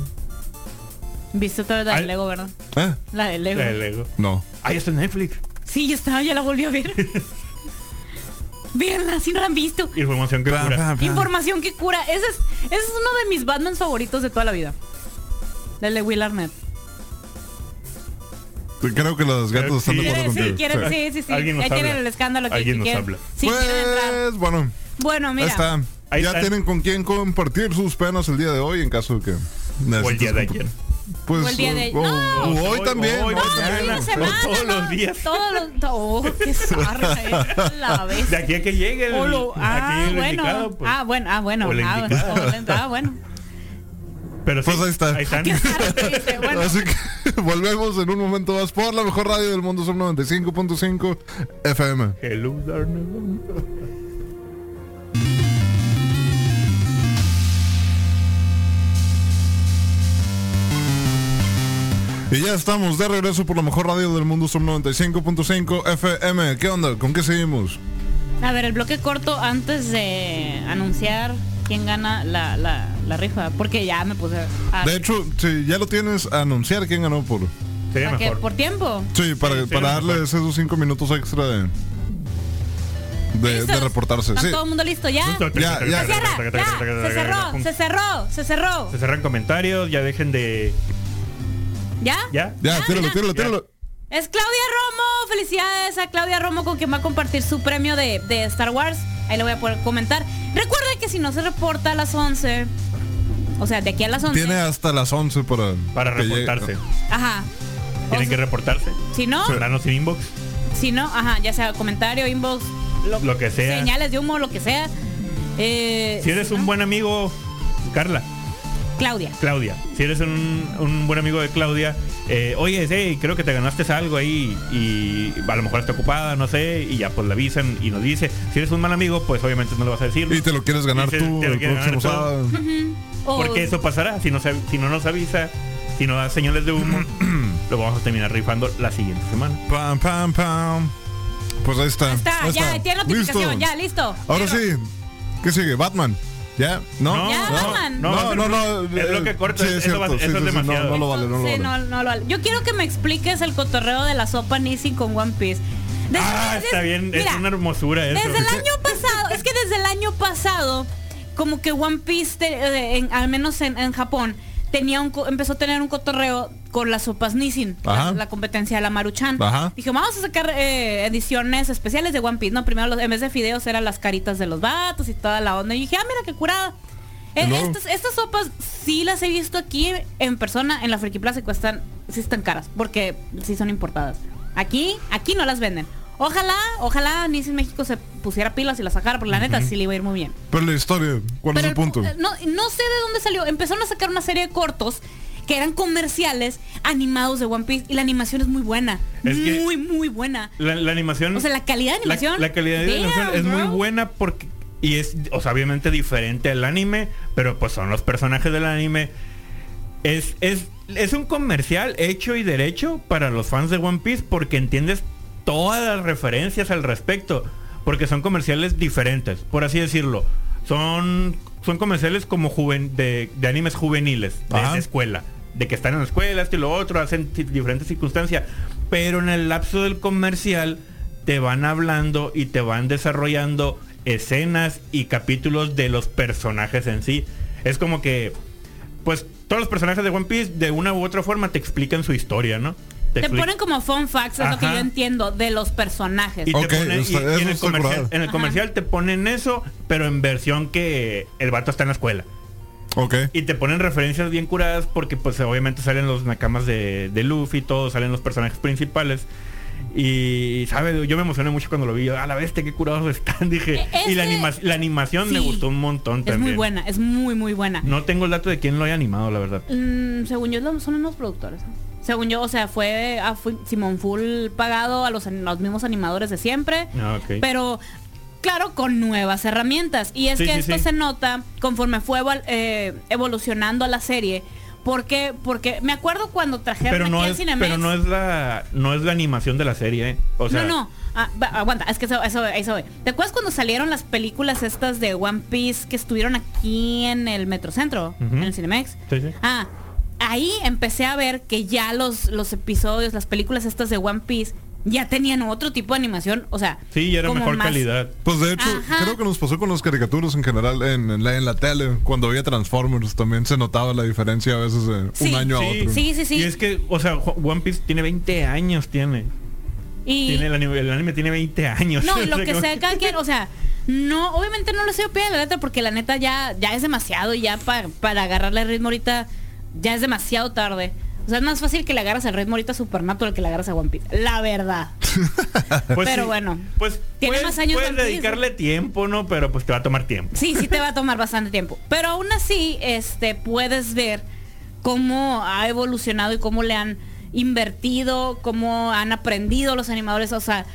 Speaker 1: Viste otra la de
Speaker 3: Al-
Speaker 1: Lego, ¿verdad?
Speaker 2: ¿Eh?
Speaker 1: La de Lego.
Speaker 3: El ego.
Speaker 2: No.
Speaker 3: Ahí está en Netflix.
Speaker 1: Sí, ya estaba, ya la volví a ver. Véanla, si no la han visto.
Speaker 3: Información que
Speaker 2: Pam,
Speaker 3: cura.
Speaker 2: pam, pam.
Speaker 1: Información que cura. Ese es, ese es uno de mis Batmans favoritos de toda la vida. El de Will Arnett.
Speaker 2: Creo que los gatos
Speaker 3: Eh,
Speaker 2: están de
Speaker 3: sí.
Speaker 2: acuerdo
Speaker 1: Quiere- sí,
Speaker 2: contigo.
Speaker 1: quieren, sí, sí, sí.
Speaker 3: Alguien nos
Speaker 1: Ya quieren
Speaker 3: habla.
Speaker 1: el escándalo que
Speaker 3: Alguien nos
Speaker 1: quieren.
Speaker 3: habla.
Speaker 1: Sí, quieren entrar.
Speaker 2: Pues bueno,
Speaker 1: Bueno, mira.
Speaker 2: ahí está.
Speaker 3: Ahí
Speaker 2: ya
Speaker 3: está.
Speaker 2: tienen con quién compartir sus penas el día de hoy en caso de que
Speaker 3: O el día de
Speaker 2: necesites
Speaker 3: ayer.
Speaker 2: Pues,
Speaker 1: O el día de-
Speaker 2: o-
Speaker 1: ¡No!
Speaker 2: o hoy también.
Speaker 3: hoy,
Speaker 2: ¿no?
Speaker 1: Todos los
Speaker 3: mañana,
Speaker 1: fines de semana,
Speaker 3: todos
Speaker 1: ¿no?
Speaker 3: los días.
Speaker 1: Todos los. Oh, qué zarra, eh, La vez.
Speaker 3: De aquí a que llegue el,
Speaker 1: ah,
Speaker 3: aquí el
Speaker 1: bueno.
Speaker 3: indicado, pues.
Speaker 1: ah, bueno. Ah, bueno.
Speaker 3: O el
Speaker 1: Ah, bueno.
Speaker 3: indicado.
Speaker 1: o el- Ah, bueno.
Speaker 3: Pero sí,
Speaker 2: Pues ahí está.
Speaker 3: Ahí están.
Speaker 1: Qué zarra que dice, Bueno.
Speaker 2: Así que volvemos en un momento más por la mejor radio del mundo, son 95.5 FM.
Speaker 3: Hello, darling.
Speaker 2: Y ya estamos de regreso por la mejor radio del mundo, son 95.5 FM. ¿Qué onda? ¿Con qué seguimos?
Speaker 1: A ver, el bloque corto antes de anunciar quién gana la, la, la rifa. Porque ya me puse. A,
Speaker 2: De hecho, si ya lo tienes, anunciar quién ganó por.
Speaker 3: Sería
Speaker 1: ¿para qué?
Speaker 3: mejor.
Speaker 1: por tiempo.
Speaker 2: Sí, para,
Speaker 3: Sí, sí,
Speaker 2: para
Speaker 3: lo
Speaker 2: darle
Speaker 3: mejor.
Speaker 2: esos cinco minutos extra de, de, de
Speaker 1: ¿Listos?
Speaker 2: reportarse.
Speaker 1: ¿Está
Speaker 2: Sí.
Speaker 1: todo el mundo listo ya?
Speaker 3: Listo,
Speaker 2: Ya,
Speaker 3: taca,
Speaker 2: ya.
Speaker 1: Se
Speaker 3: taca, taca,
Speaker 1: cierra,
Speaker 3: taca,
Speaker 1: ya,
Speaker 3: taca,
Speaker 1: se
Speaker 3: taca,
Speaker 1: cerró,
Speaker 3: taca,
Speaker 1: se cerró, se cerró.
Speaker 3: Se cerran comentarios, ya dejen de...
Speaker 1: ¿Ya?
Speaker 3: ¿Ya?
Speaker 2: Ya,
Speaker 1: Ah,
Speaker 2: tíralo,
Speaker 1: ya.
Speaker 2: tíralo,
Speaker 3: Ya.
Speaker 2: tíralo.
Speaker 1: Es Claudia Romo, felicidades a Claudia Romo con quien va a compartir su premio de, de Star Wars. Ahí lo voy a poder comentar. Recuerda que si no se reporta a las 11, o sea, de aquí a las 11,
Speaker 2: Tiene hasta las 11 para,
Speaker 3: Para
Speaker 2: que llegue.
Speaker 3: reportarse.
Speaker 1: ajá.
Speaker 3: Tienen
Speaker 1: O
Speaker 3: que
Speaker 1: sea,
Speaker 3: reportarse.
Speaker 1: si no,
Speaker 3: Sobranos sin inbox.
Speaker 1: Si no, ajá, ya sea comentario, inbox, lo,
Speaker 3: Lo que sea.
Speaker 1: Señales de humo, lo que sea. Eh,
Speaker 3: Si eres un
Speaker 1: ¿no?
Speaker 3: buen amigo, Carla,
Speaker 1: Claudia.
Speaker 3: Claudia, si eres un, un buen amigo de Claudia, eh, oye, hey, creo que te ganaste algo ahí y a lo mejor está ocupada, no sé, y ya pues le avisan y nos dice. Si eres un mal amigo, pues obviamente no le vas a decir.
Speaker 2: Y te lo quieres ganar
Speaker 3: Y se-
Speaker 2: tú
Speaker 3: te lo
Speaker 2: el
Speaker 3: quieres ganar
Speaker 2: próximo sábado.
Speaker 1: O-
Speaker 3: Porque eso pasará. Si no, se- si no nos avisa, si no da señales de humo, lo vamos a terminar rifando la siguiente semana.
Speaker 2: Pam, pam, pam. Pues ahí está.
Speaker 1: Está,
Speaker 2: ahí
Speaker 1: ya, tiene notificación,
Speaker 2: Listo.
Speaker 1: ya, listo.
Speaker 2: Ahora
Speaker 1: Pero-
Speaker 2: sí. ¿Qué sigue? Batman. ¿Ya? ¿No?
Speaker 1: Ya,
Speaker 2: no,
Speaker 1: Batman.
Speaker 2: No, no, no. eh,
Speaker 3: Es lo que corta, eso va- eso es demasiado.
Speaker 2: No, no lo vale, no lo
Speaker 1: Sí,
Speaker 2: vale.
Speaker 1: no, no lo vale. Yo quiero que me expliques el cotorreo de la sopa Nissin con One Piece. Desde-
Speaker 3: Ah, está
Speaker 1: desde-
Speaker 3: bien,
Speaker 1: mira,
Speaker 3: es una hermosura eso.
Speaker 1: Desde el año pasado, es que desde el año pasado, como que One Piece, te- eh, en- al menos en, en Japón, tenía un, co- empezó a tener un cotorreo con las sopas Nissin,
Speaker 2: Ajá.
Speaker 1: la, la competencia de la Maruchan.
Speaker 2: Ajá.
Speaker 1: Dije, vamos a sacar eh, ediciones especiales de One Piece. No, primero los, en vez de fideos eran las caritas de los vatos y toda la onda. Y dije, ah, mira qué curada. Eh,
Speaker 2: Y luego-
Speaker 1: estas, estas sopas sí las he visto aquí en persona en la Friki Plaza y cuestan, sí están caras, porque sí son importadas. Aquí, aquí no las venden. Ojalá, ojalá Nice en México se pusiera pilas y las sacara, porque la neta sí le iba a ir muy bien.
Speaker 2: Pero la historia, ¿cuál es
Speaker 1: Pero
Speaker 2: el punto?
Speaker 1: eh, No, no sé de dónde salió. Empezaron a sacar una serie de cortos que eran comerciales animados de One Piece y la animación es muy buena.
Speaker 3: Es que-
Speaker 1: muy, muy buena.
Speaker 3: La, la animación.
Speaker 1: O sea, la calidad de
Speaker 3: la-
Speaker 1: animación.
Speaker 3: La, calidad de
Speaker 1: Damn,
Speaker 3: animación es muy
Speaker 1: bro.
Speaker 3: buena porque. Y es, o sea, obviamente diferente al anime, pero pues son los personajes del anime. Es, es, es un comercial hecho y derecho para los fans de One Piece porque entiendes todas las referencias al respecto. Porque son comerciales diferentes, por así decirlo. Son, son comerciales como juven, de, de animes juveniles, de,
Speaker 2: Ajá.
Speaker 3: de escuela. De que están en la escuela, esto y lo otro, hacen ti- diferentes circunstancias. Pero en el lapso del comercial te van hablando y te van desarrollando escenas y capítulos de los personajes en sí. Es como que pues todos los personajes de One Piece de una u otra forma te explican su historia, ¿no?
Speaker 1: Te
Speaker 3: expli-
Speaker 1: ponen como fun facts, es lo que
Speaker 3: Ajá.
Speaker 1: yo entiendo, de los personajes.
Speaker 3: y te
Speaker 2: Ok,
Speaker 3: ponen- y-
Speaker 2: está-
Speaker 3: y
Speaker 2: eso
Speaker 3: en el,
Speaker 2: está
Speaker 3: comercial,
Speaker 2: curado.
Speaker 3: en el comercial te ponen eso, pero en versión que el vato está en la escuela.
Speaker 2: Ok.
Speaker 3: Y te ponen referencias bien curadas porque pues obviamente salen los nakamas de, de Luffy, todos salen los personajes principales. Y, ¿sabes? Yo me emocioné mucho cuando lo vi. Yo, a la bestia, qué curados están, dije.
Speaker 1: E-
Speaker 3: y la,
Speaker 1: ese-
Speaker 3: anima- la animación me
Speaker 1: Sí.
Speaker 3: gustó un montón
Speaker 1: es
Speaker 3: también.
Speaker 1: muy buena, es muy, muy buena.
Speaker 3: No tengo el dato de quién lo haya animado, la verdad.
Speaker 1: Mm, según yo, lo- son unos productores. ¿no? Según yo, o sea, fue a Fu- Simón Full pagado a los, an- los mismos animadores de siempre.
Speaker 3: Ah, ok.
Speaker 1: Pero, claro, con nuevas herramientas. Y es
Speaker 3: Sí,
Speaker 1: que
Speaker 3: sí,
Speaker 1: esto
Speaker 3: sí.
Speaker 1: se nota conforme fue evol- eh, evolucionando la serie. Porque, porque me acuerdo cuando trajeron
Speaker 3: pero no
Speaker 1: aquí
Speaker 3: es,
Speaker 1: al Cinemex-
Speaker 3: pero no es la no es la animación de la serie, ¿eh? o sea,
Speaker 1: no, no. Ah, va- aguanta, es que eso, eso, eso. ¿Te acuerdas cuando salieron las películas estas de One Piece que estuvieron aquí en el Metrocentro?
Speaker 3: Ujú.
Speaker 1: En el Cinemex.
Speaker 3: Sí, sí.
Speaker 1: Ah, ahí empecé a ver que ya los, los episodios, las películas estas de One Piece ya tenían otro tipo de animación. O sea,
Speaker 3: Sí, y era
Speaker 1: como
Speaker 3: mejor
Speaker 1: más-
Speaker 3: calidad.
Speaker 2: Pues de hecho,
Speaker 1: Ajá.
Speaker 2: creo que nos pasó con las caricaturas en general en, en la, en la tele. Cuando había Transformers también se notaba la diferencia a veces de
Speaker 1: Sí.
Speaker 2: un año a otro.
Speaker 1: Sí, sí, sí.
Speaker 3: Y es que, o sea, Ju- One Piece tiene 20 años, tiene.
Speaker 1: Y,
Speaker 3: tiene el, anime, el anime tiene 20 años.
Speaker 1: No,
Speaker 3: O
Speaker 1: y lo
Speaker 3: sea,
Speaker 1: que
Speaker 3: como-
Speaker 1: sea cada quien, o sea, no, obviamente no lo sé pie de la letra porque la neta ya, ya es demasiado y ya pa- para agarrarle el ritmo ahorita ya es demasiado tarde. O sea, es más fácil que le agarras el ritmo ahorita a Supernatural que le agarras a One Piece. La verdad.
Speaker 3: Pues
Speaker 1: pero
Speaker 3: sí,
Speaker 1: bueno.
Speaker 3: Pues
Speaker 1: Tiene
Speaker 3: puedes-
Speaker 1: más años
Speaker 3: puedes
Speaker 1: One Piece.
Speaker 3: dedicarle tiempo, ¿no? Pero pues te va a tomar tiempo.
Speaker 1: Sí, sí te va a tomar bastante tiempo. Pero aún así, este, puedes ver cómo ha evolucionado y cómo le han invertido, cómo han aprendido los animadores, o sea,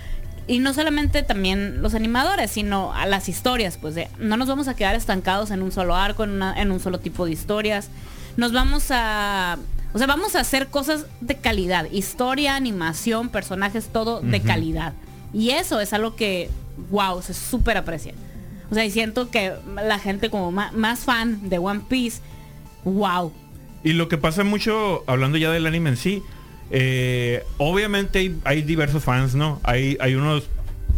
Speaker 1: y no solamente también los animadores, sino a las historias, pues de- no nos vamos a quedar estancados en un solo arco, en, una- en un solo tipo de historias. Nos vamos a, o sea, vamos a hacer cosas de calidad, historia, animación, personajes, todo de calidad. Y eso es algo que, wow, se súper aprecia. O sea, y siento que la gente como ma- más fan de One Piece, wow.
Speaker 3: Y lo que pasa mucho, hablando ya del anime en sí, eh, obviamente hay, hay diversos fans, ¿no? Hay, hay unos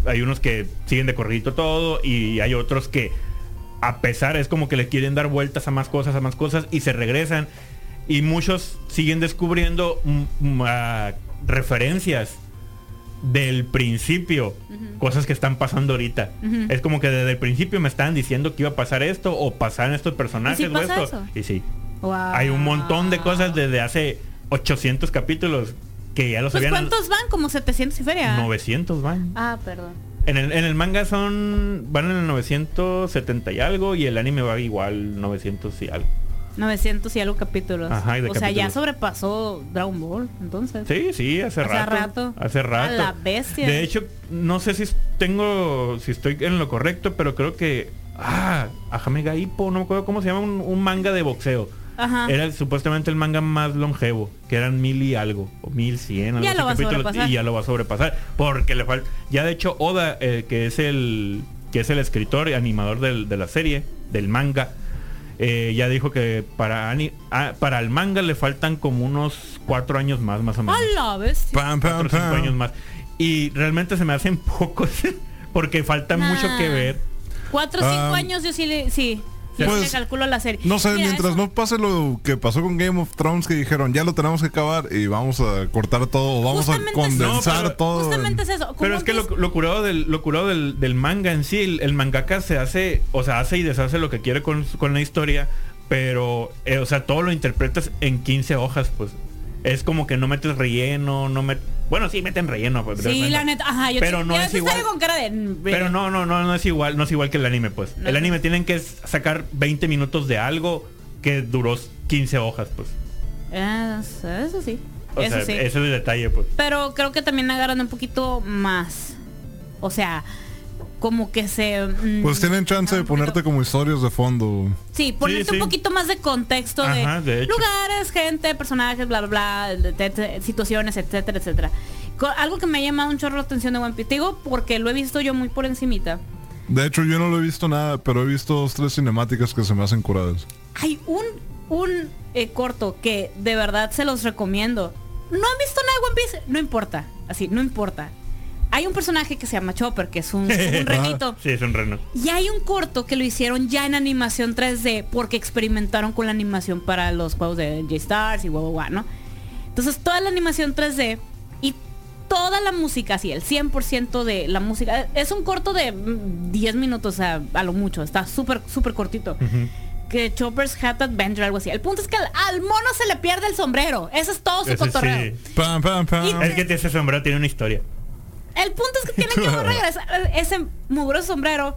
Speaker 3: hay unos que siguen de corridito todo y hay otros que a pesar es como que le quieren dar vueltas a más cosas, a más cosas y se regresan y muchos siguen descubriendo mm, mm, ah, referencias del principio, cosas que están pasando ahorita.
Speaker 1: Ujú.
Speaker 3: Es como que desde el principio me estaban diciendo que iba a pasar esto o pasaron estos personajes o
Speaker 1: pasa
Speaker 3: esto.
Speaker 1: eso?
Speaker 3: Y sí.
Speaker 1: Wow.
Speaker 3: Hay un montón de cosas desde hace 800 capítulos que ya los
Speaker 1: Pues,
Speaker 3: habían...
Speaker 1: ¿Cuántos van? Como 700 y feria.
Speaker 3: 900 van.
Speaker 1: Ah, perdón.
Speaker 3: En el, en el manga son van en el 970 y algo y el anime va igual 900 y algo.
Speaker 1: 900 y algo capítulos.
Speaker 3: Ajá, y de
Speaker 1: o sea, ya
Speaker 3: capítulos.
Speaker 1: sobrepasó Dragon Ball, entonces.
Speaker 3: Sí, sí, hace,
Speaker 1: Hace
Speaker 3: rato,
Speaker 1: rato.
Speaker 3: Hace rato.
Speaker 1: A la bestia.
Speaker 3: De hecho, no sé si tengo, si estoy en lo correcto, pero creo que, ah, Ahamega Hippo, no me acuerdo cómo se llama, un, un manga de boxeo.
Speaker 1: Ajá.
Speaker 3: Era el- supuestamente el manga más longevo, que eran mil y algo, o mil cien, algo
Speaker 1: Ya
Speaker 3: así,
Speaker 1: lo va a
Speaker 3: capítulos,
Speaker 1: sobrepasar.
Speaker 3: y ya lo va a sobrepasar, porque le falta, ya de hecho Oda, eh, que es el que es el escritor y animador del- de la serie, del manga, eh, ya dijo que para, ani- ah, para el manga le faltan como unos cuatro años más, más o menos
Speaker 1: A la bestia.
Speaker 2: Pam, pam,
Speaker 3: otros cinco
Speaker 2: pam.
Speaker 3: años más. Y realmente se me hacen pocos porque falta
Speaker 1: Nah.
Speaker 3: mucho que ver.
Speaker 1: Cuatro o cinco
Speaker 2: Ah.
Speaker 1: años yo sí le, sí, yo sí
Speaker 2: Pues,
Speaker 1: le calculo la serie.
Speaker 2: No sé,
Speaker 1: Mira,
Speaker 2: mientras
Speaker 1: eso-
Speaker 2: no pase lo que pasó con Game of Thrones que dijeron, ya lo tenemos que acabar y vamos a cortar todo, vamos
Speaker 1: Justamente
Speaker 2: a
Speaker 1: es-
Speaker 2: condensar
Speaker 3: No, pero-
Speaker 2: todo.
Speaker 1: Justamente es eso. como
Speaker 3: Pero es que lo,
Speaker 1: dices-
Speaker 3: lo curado del lo curado del, del manga en sí, el, el mangaka se hace, o sea, hace y deshace lo que quiere con, con la historia, pero eh, o sea, todo lo interpretas en 15 hojas, pues. Es como que no metes relleno, no met bueno, sí meten relleno, pues,
Speaker 1: Sí,
Speaker 3: realmente.
Speaker 1: la neta. ah, Ajá, yo
Speaker 3: Pero
Speaker 1: sí-
Speaker 3: no
Speaker 1: ya
Speaker 3: es
Speaker 1: sí
Speaker 3: igual.
Speaker 1: salgo con cara de... mm,
Speaker 3: Pero no, no, no, no es igual, no es igual que el anime, pues.
Speaker 1: No.
Speaker 3: El anime tienen que sacar 20 minutos de algo que duró 15 hojas, pues.
Speaker 1: Ah, Eso, eso sí.
Speaker 3: O
Speaker 1: eso
Speaker 3: sea,
Speaker 1: sí.
Speaker 3: ese es el detalle, pues.
Speaker 1: Pero creo que también agarran un poquito más. O sea, como que se... mm,
Speaker 2: Pues tienen chance de
Speaker 1: un poquito-
Speaker 2: ponerte como historias de fondo.
Speaker 1: Sí, ponerte
Speaker 3: sí.
Speaker 1: un poquito más de contexto
Speaker 3: Ajá,
Speaker 1: de,
Speaker 3: de hecho.
Speaker 1: lugares, gente, personajes, bla, bla, bla, et- et- situaciones, etcétera, etcétera. Co- algo que me ha llamado un chorro la atención de One Piece, te digo porque lo he visto yo muy por encimita.
Speaker 2: De hecho, yo no lo he visto nada, pero he visto dos, tres cinemáticas que se me hacen curadas.
Speaker 1: Hay un, un eh, corto que de verdad se los recomiendo. ¿No han visto nada de One Piece? No importa, así, no importa. Hay un personaje que se llama Chopper, que es un, un renito.
Speaker 3: Sí, es un reno.
Speaker 1: Y hay un corto que lo hicieron ya en animación 3D porque experimentaron con la animación para los juegos de J-Stars y guau, guau, guau, ¿no? Entonces toda la animación 3D y toda la música, así, el 100% de la música. Es un corto de mm, 10 minutos a, a lo mucho, está súper, súper cortito. Que Chopper's Hat Adventure, algo así. El punto es que al, al mono se le pierde el sombrero. Ese es todo su
Speaker 3: Ese sí.
Speaker 1: cotorreo.
Speaker 2: Pam, pam, pam.
Speaker 1: Y-
Speaker 3: Es que ese sombrero tiene una historia.
Speaker 1: El punto es que tienen que regresar ese mugroso sombrero.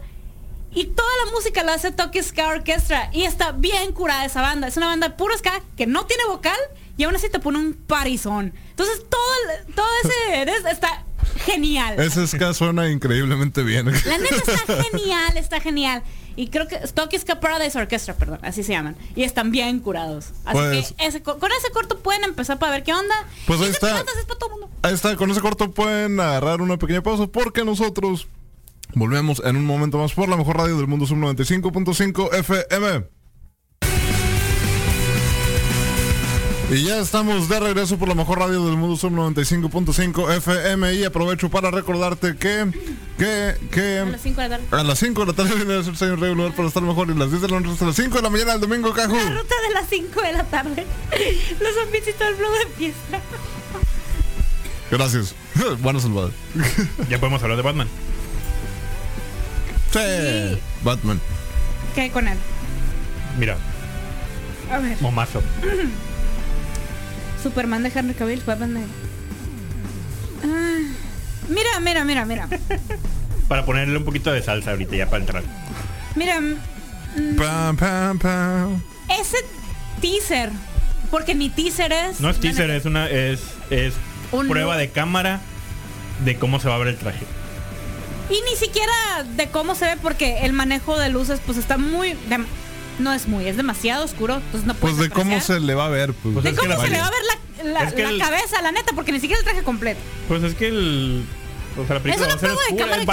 Speaker 1: Y toda la música la hace Toki Ska Orchestra. Y está bien curada esa banda. Es una banda puro ska que no tiene vocal y aún así te pone un parizón. Entonces todo, el- todo ese es- está genial.
Speaker 2: Ese ska suena increíblemente bien.
Speaker 1: La neta está genial, está genial. Y creo que Toki Ska Paradise Orchestra, perdón, así se llaman. Y están bien curados. Así
Speaker 2: Pues-
Speaker 1: que ese co- con ese corto pueden empezar para ver qué onda.
Speaker 2: Pues ahí
Speaker 1: Ese
Speaker 2: está.
Speaker 1: piratas es para todo el mundo.
Speaker 2: Ahí está, con ese corto pueden agarrar una pequeña pausa porque nosotros volvemos en un momento más por la mejor radio del mundo, Sub 95.5 FM. Y ya estamos de regreso por la mejor radio del mundo, Sub 95.5 FM. Y aprovecho para recordarte que, que,
Speaker 1: A
Speaker 2: que
Speaker 1: las 5 de la tarde.
Speaker 2: a las 5 de la tarde viene a ser señor regular para estar mejor. Y las 10 de la noche hasta las 5 de la mañana del domingo, Cajú.
Speaker 1: La ruta de las 5 de la tarde. Los zombies y todo el blog de fiesta.
Speaker 2: Gracias. Buenas salvadas.
Speaker 3: Ya podemos hablar de Batman.
Speaker 2: Sí. Batman.
Speaker 1: ¿Qué hay con él?
Speaker 3: Mira,
Speaker 1: A ver.
Speaker 3: momazo.
Speaker 1: Superman de Henry Cavill, Batman de... Ah, Mira, mira, mira, mira.
Speaker 3: Para ponerle un poquito de salsa ahorita ya para entrar.
Speaker 1: Mira, mm,
Speaker 2: Pam, pam, pam.
Speaker 1: ese teaser. Porque ni teaser es.
Speaker 3: No es
Speaker 1: la
Speaker 3: teaser,
Speaker 1: neta.
Speaker 3: es una es es
Speaker 1: Un
Speaker 3: prueba
Speaker 1: look.
Speaker 3: de cámara de cómo se va a ver el traje.
Speaker 1: Y ni siquiera de cómo se ve, porque el manejo de luces, pues está muy. dem- No es muy, es demasiado oscuro. Entonces no
Speaker 2: Pues
Speaker 1: puedes
Speaker 2: de cómo
Speaker 1: apreciar.
Speaker 2: se le va a ver, pues.
Speaker 3: Pues
Speaker 1: ¿De
Speaker 3: es
Speaker 1: cómo
Speaker 3: que la-
Speaker 1: se le va a ver la, la-
Speaker 3: Es que
Speaker 1: la
Speaker 3: el-
Speaker 1: cabeza, la neta? Porque ni siquiera el traje completo.
Speaker 3: Pues es que el o sea, la película
Speaker 1: una
Speaker 3: va a ser
Speaker 1: prueba de
Speaker 3: oscura.
Speaker 1: cámara
Speaker 3: El
Speaker 1: que-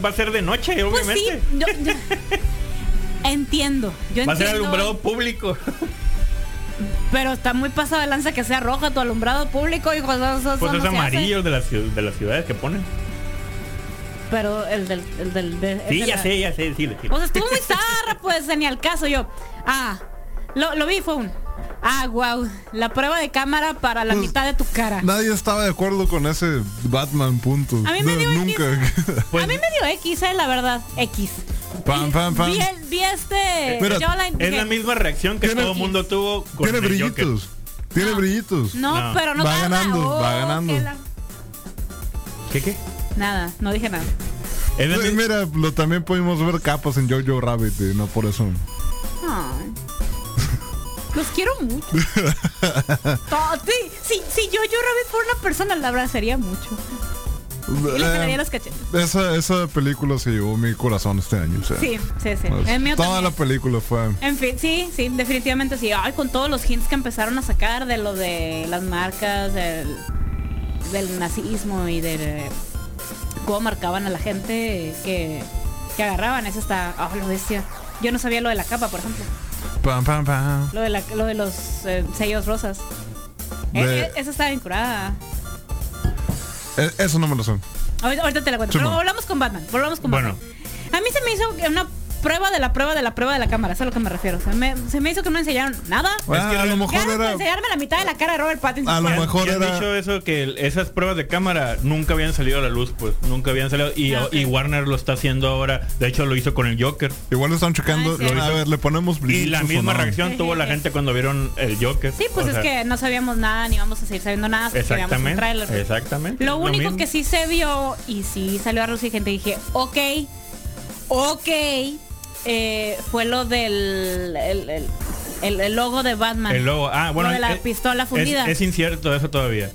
Speaker 3: Batman va a ser de noche,
Speaker 1: Pues sí,
Speaker 3: obviamente.
Speaker 1: yo, yo- entiendo, yo entiendo. ¿eh?
Speaker 3: va a ser alumbrado público.
Speaker 1: Pero está muy pasado de lanza que sea roja tu alumbrado público, hijo. Eso, eso
Speaker 3: Pues
Speaker 1: no
Speaker 3: es
Speaker 1: se hace.
Speaker 3: amarillo de las ciu- de las ciudades que ponen.
Speaker 1: Pero el del... El del de- el
Speaker 3: Sí,
Speaker 1: de
Speaker 3: ya
Speaker 1: la-
Speaker 3: sé, ya sé, sí, le- sí.
Speaker 1: O sea, estuvo muy zarra, pues, ni al caso yo. Ah, lo, lo vi, fue un... Ah, wow, la prueba de cámara para la
Speaker 2: Pues,
Speaker 1: mitad de tu cara.
Speaker 2: Nadie estaba de acuerdo con ese Batman punto.
Speaker 1: A mí me dio
Speaker 2: nunca.
Speaker 1: A
Speaker 3: Pues-
Speaker 1: mí me dio X, eh, la verdad, X.
Speaker 2: pam, pam, pam.
Speaker 1: Vi, el- vi este...
Speaker 2: Mira,
Speaker 1: Jawline,
Speaker 3: Es
Speaker 1: dije,
Speaker 3: la misma reacción que
Speaker 2: Tiene-
Speaker 3: todo el mundo tuvo con
Speaker 2: Tiene
Speaker 3: el Joker.
Speaker 2: brillitos. Tiene
Speaker 1: No.
Speaker 2: brillitos.
Speaker 1: No,
Speaker 3: No.
Speaker 1: pero no
Speaker 2: Va
Speaker 1: tarda.
Speaker 2: ganando, va ganando.
Speaker 1: qué la-
Speaker 3: ¿Qué qué?
Speaker 1: Nada, no dije nada.
Speaker 3: Es la
Speaker 2: Pues
Speaker 3: mi-
Speaker 2: mira, lo, también pudimos ver capas en Jojo Rabbit, eh, no por eso.
Speaker 1: Ay. Los quiero mucho. To- sí, sí, sí, yo, yo Rabbit por una persona la abrazaría mucho. Y le jalaría
Speaker 2: Eh,
Speaker 1: los cachetes.
Speaker 2: esa, esa película se llevó mi corazón este año. o sea,
Speaker 1: Sí, sí, sí.
Speaker 2: pues,
Speaker 1: El mío
Speaker 2: toda
Speaker 1: también.
Speaker 2: la película fue.
Speaker 1: En fin, sí, sí, definitivamente sí. Ay, con todos los hints que empezaron a sacar de lo de las marcas, del, del nazismo y de cómo marcaban a la gente que, que agarraban. Eso está, oh, lo bestia. Yo no sabía lo de la capa, por ejemplo.
Speaker 2: Pam, pam, pam.
Speaker 1: Lo de, la, lo de los eh, sellos rosas.
Speaker 2: De-
Speaker 1: Eh, eh, esa está bien curada.
Speaker 2: Eh, eso no me lo sé.
Speaker 1: Ahorita, ahorita te la cuento.
Speaker 2: Sí,
Speaker 1: Pero
Speaker 2: ma.
Speaker 1: volvamos con Batman. Volvamos con
Speaker 3: Bueno.
Speaker 1: Batman. A mí se me hizo que una prueba de la prueba de la prueba de la cámara. Eso es a lo que me refiero. Se me, se me hizo que no enseñaron nada.
Speaker 2: Ah, a lo
Speaker 1: Ya
Speaker 2: mejor
Speaker 1: no puede
Speaker 2: era.
Speaker 1: enseñarme la mitad de la cara de Robert Pattinson.
Speaker 2: A lo
Speaker 3: Ya-
Speaker 2: mejor
Speaker 3: ya han
Speaker 2: era-
Speaker 3: dicho eso que el- esas pruebas de cámara nunca habían salido a la luz, pues nunca habían salido y,
Speaker 1: Ah, ok.
Speaker 3: y Warner lo está haciendo ahora. De hecho lo hizo con el Joker.
Speaker 2: Igual están checando.
Speaker 1: Ah, sí.
Speaker 2: a ver, le ponemos brillitos.
Speaker 3: Y la
Speaker 2: o
Speaker 3: misma
Speaker 2: no?
Speaker 3: reacción tuvo la gente cuando vieron el Joker.
Speaker 1: Sí, pues
Speaker 3: O
Speaker 1: es
Speaker 3: sea,
Speaker 1: que no sabíamos nada ni vamos a seguir sabiendo nada. hasta que veamos un tráiler.
Speaker 3: Exactamente. Exactamente.
Speaker 1: Lo único
Speaker 3: mismo.
Speaker 1: que sí se vio y sí salió a luz y gente dije, ok, ok, eh, fue lo del el, el- el- el logo de Batman.
Speaker 3: El logo. Ah, bueno.
Speaker 1: Lo de la
Speaker 3: es-
Speaker 1: pistola fundida.
Speaker 3: Es, es incierto eso todavía.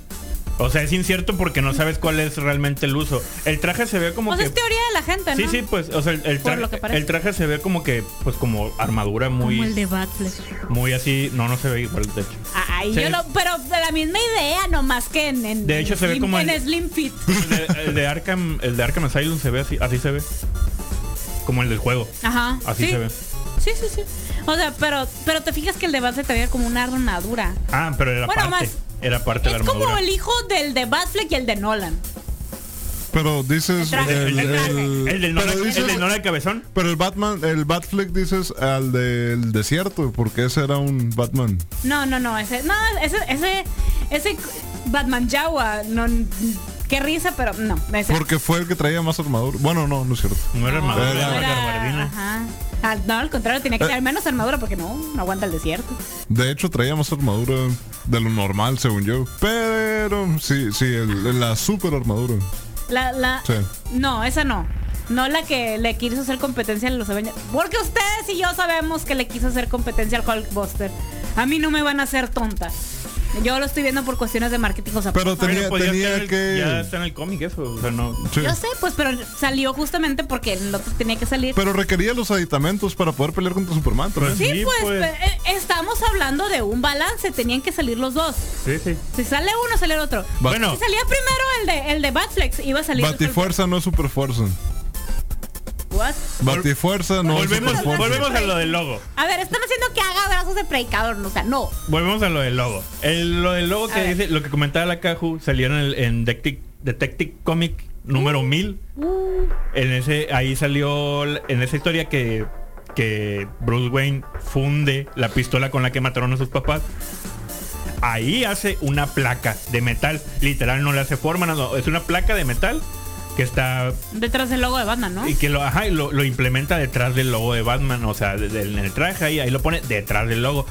Speaker 3: O sea, es incierto porque no sabes cuál es realmente el uso. El traje se ve como
Speaker 1: Pues
Speaker 3: que.
Speaker 1: es teoría de la gente, ¿no?
Speaker 3: Sí, sí, pues, o sea, el, el
Speaker 1: Por
Speaker 3: traje,
Speaker 1: lo que parece.
Speaker 3: el traje se ve como que, pues, como armadura
Speaker 1: Como el
Speaker 3: muy,
Speaker 1: de Batman.
Speaker 3: muy así. No, no se ve igual, de hecho.
Speaker 1: Ay,
Speaker 3: Sí.
Speaker 1: yo lo, pero de la misma idea, nomás que en, en-
Speaker 3: De hecho, se ve
Speaker 1: slim-
Speaker 3: como
Speaker 1: en
Speaker 3: el-
Speaker 1: Slim Fit.
Speaker 3: Pues El de, el de Arkham, el de Arkham Asylum se ve así, así se ve, como el del juego.
Speaker 1: Ajá.
Speaker 3: Así
Speaker 1: sí.
Speaker 3: se ve.
Speaker 1: Sí, sí, sí. O sea, pero, pero te fijas que el de Batman tenía como una armadura.
Speaker 3: Ah, pero era
Speaker 1: Bueno,
Speaker 3: parte,
Speaker 1: más-
Speaker 3: era parte de la
Speaker 1: Es como
Speaker 3: armadura.
Speaker 1: el hijo del de Batfleck y el de Nolan.
Speaker 2: Pero dices.
Speaker 1: El traje,
Speaker 2: El,
Speaker 3: el,
Speaker 2: el,
Speaker 1: traje.
Speaker 3: el del Nora,
Speaker 2: pero dices-
Speaker 3: el del Nora Cabezón.
Speaker 2: Pero el Batman, el Batfleck dices al del desierto, porque ese era un Batman.
Speaker 1: No, no, no, ese, no, ese, ese, ese Batman Jawa, no, qué risa, pero no, ese.
Speaker 2: Porque fue el que traía más armadura. Bueno, no, no es cierto.
Speaker 3: No era armadura,
Speaker 2: era- Eh.
Speaker 1: Ahora,
Speaker 3: era, gabardina.
Speaker 1: ajá. Ah, no, al contrario, tenía que tener menos armadura porque no, no aguanta el desierto.
Speaker 2: De hecho, traía más armadura de lo normal, según yo. Pero sí, sí, el- la super armadura.
Speaker 1: La, la,
Speaker 2: Sí.
Speaker 1: no, esa no. No la que le quiso hacer competencia a los Avengers. Porque ustedes y yo sabemos que le quiso hacer competencia al Hulkbuster. A mí no me van a hacer tonta. Yo lo estoy viendo por cuestiones de marketing. o sea, por
Speaker 2: Pero
Speaker 1: favor.
Speaker 2: tenía-
Speaker 3: pues, ya
Speaker 2: tenía
Speaker 3: está en el-
Speaker 2: que-
Speaker 3: Ya está en el cómic eso, o sea, no...
Speaker 2: Sí.
Speaker 1: Yo sé, pues, pero salió justamente porque el otro tenía que salir.
Speaker 2: Pero requería los aditamentos para poder pelear contra Superman. también.
Speaker 3: Pues-
Speaker 1: Sí,
Speaker 3: Sí,
Speaker 1: pues,
Speaker 3: pues.
Speaker 1: pe- eh, estamos hablando de un balance, tenían que salir los dos.
Speaker 3: Sí, sí.
Speaker 1: Si sale uno, sale el otro.
Speaker 2: Bat-
Speaker 3: Bueno,
Speaker 1: Si salía primero el de el de Batflex, iba a salir el
Speaker 2: Batifuerza no es superfuerza.
Speaker 1: Hulk- What?
Speaker 2: Batifuerza no es
Speaker 3: volvemos,
Speaker 2: superfuerza.
Speaker 3: volvemos a lo del logo.
Speaker 1: A ver, están haciendo que haga brazos de predicador, no, o sea, no.
Speaker 3: Volvemos a lo del logo. El, lo del logo
Speaker 1: A
Speaker 3: que
Speaker 1: ver.
Speaker 3: dice, lo que comentaba la Caju, salieron en, el- en Detective, Detective Comic número 1000.
Speaker 1: Uh,
Speaker 3: En ese, ahí salió l- en esa historia que, que Bruce Wayne funde la pistola con la que mataron a sus papás. Ahí hace una placa de metal. Literal, no le hace forma, nada, no, es una placa de metal que está
Speaker 1: detrás del logo de Batman, ¿no?
Speaker 3: y que lo, ajá, y lo, lo implementa detrás del logo de Batman, o sea, de- de- en el traje ahí, ahí lo pone detrás del logo.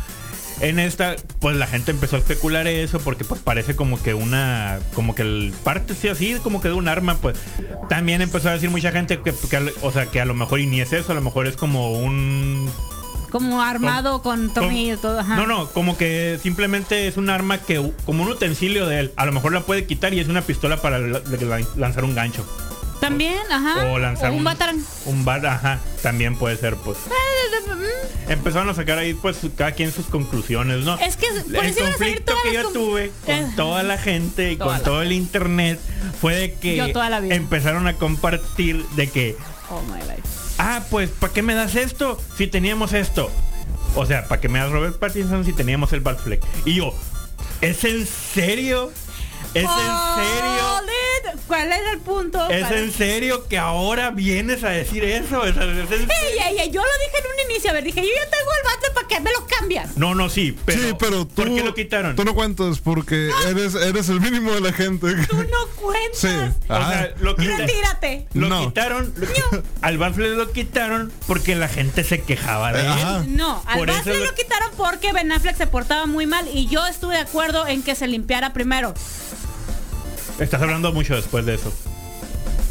Speaker 3: En esta, pues la gente empezó a especular eso porque pues parece como que una, como que el parte sí así, como que de un arma, pues también empezó a decir mucha gente que, que al- o sea, que a lo mejor y ni es eso, a lo mejor es como un
Speaker 1: Como armado con tornillo y
Speaker 3: como-
Speaker 1: todo, ajá.
Speaker 3: No, no, como que simplemente es un arma que, u- como un utensilio de él, a lo mejor la puede quitar y es una pistola para la- la- lanzar un gancho
Speaker 1: También, ajá.
Speaker 3: o lanzar
Speaker 1: Ah, o un Ah. batarán.
Speaker 3: un bat- ajá, también puede ser, pues. Empezaron a sacar ahí, pues, su- cada quien sus conclusiones, ¿no?
Speaker 1: Mm, Es que por
Speaker 3: el
Speaker 1: eso iban a salir
Speaker 3: conflicto
Speaker 1: todas
Speaker 3: que
Speaker 1: las
Speaker 3: yo
Speaker 1: com-
Speaker 3: tuve
Speaker 1: Eh.
Speaker 3: con toda la gente y
Speaker 1: Toda
Speaker 3: con
Speaker 1: la-
Speaker 3: todo el internet fue de que
Speaker 1: Yo toda la vida.
Speaker 3: empezaron a compartir de que,
Speaker 1: Oh my life.
Speaker 3: ah, pues, ¿para qué me das esto si teníamos esto? O sea, ¿para qué me das Robert Pattinson si teníamos el Batfleck? Y yo, ¿es en serio? ¿Es en serio?
Speaker 1: Hold it. ¿Cuál era el punto?
Speaker 3: ¿Es
Speaker 1: Oh, para-
Speaker 3: en serio que ahora vienes a decir eso? ¿Es- es- es-
Speaker 1: Ey, ey, ey, yo lo dije en un inicio. A ver, dije, yo ya tengo el bate, ¿para qué me lo cambias?
Speaker 3: No, no, sí, pero,
Speaker 2: sí, pero tú,
Speaker 3: ¿por qué lo quitaron?
Speaker 2: Tú no cuentas porque eres, eres el mínimo de la gente.
Speaker 1: Tú no cuentas.
Speaker 2: Sí.
Speaker 3: O sea, lo quitaron.
Speaker 1: Retírate.
Speaker 3: Lo
Speaker 2: No.
Speaker 3: quitaron, lo- al Banfield lo quitaron porque la gente se quejaba de
Speaker 2: Eh,
Speaker 3: él.
Speaker 2: ajá.
Speaker 1: No, al
Speaker 3: Ah, Por eso
Speaker 1: Basler
Speaker 3: lo-
Speaker 1: lo quitaron porque Ben Affleck se portaba muy mal y yo estuve de acuerdo en que se limpiara primero.
Speaker 3: Estás hablando mucho después de eso.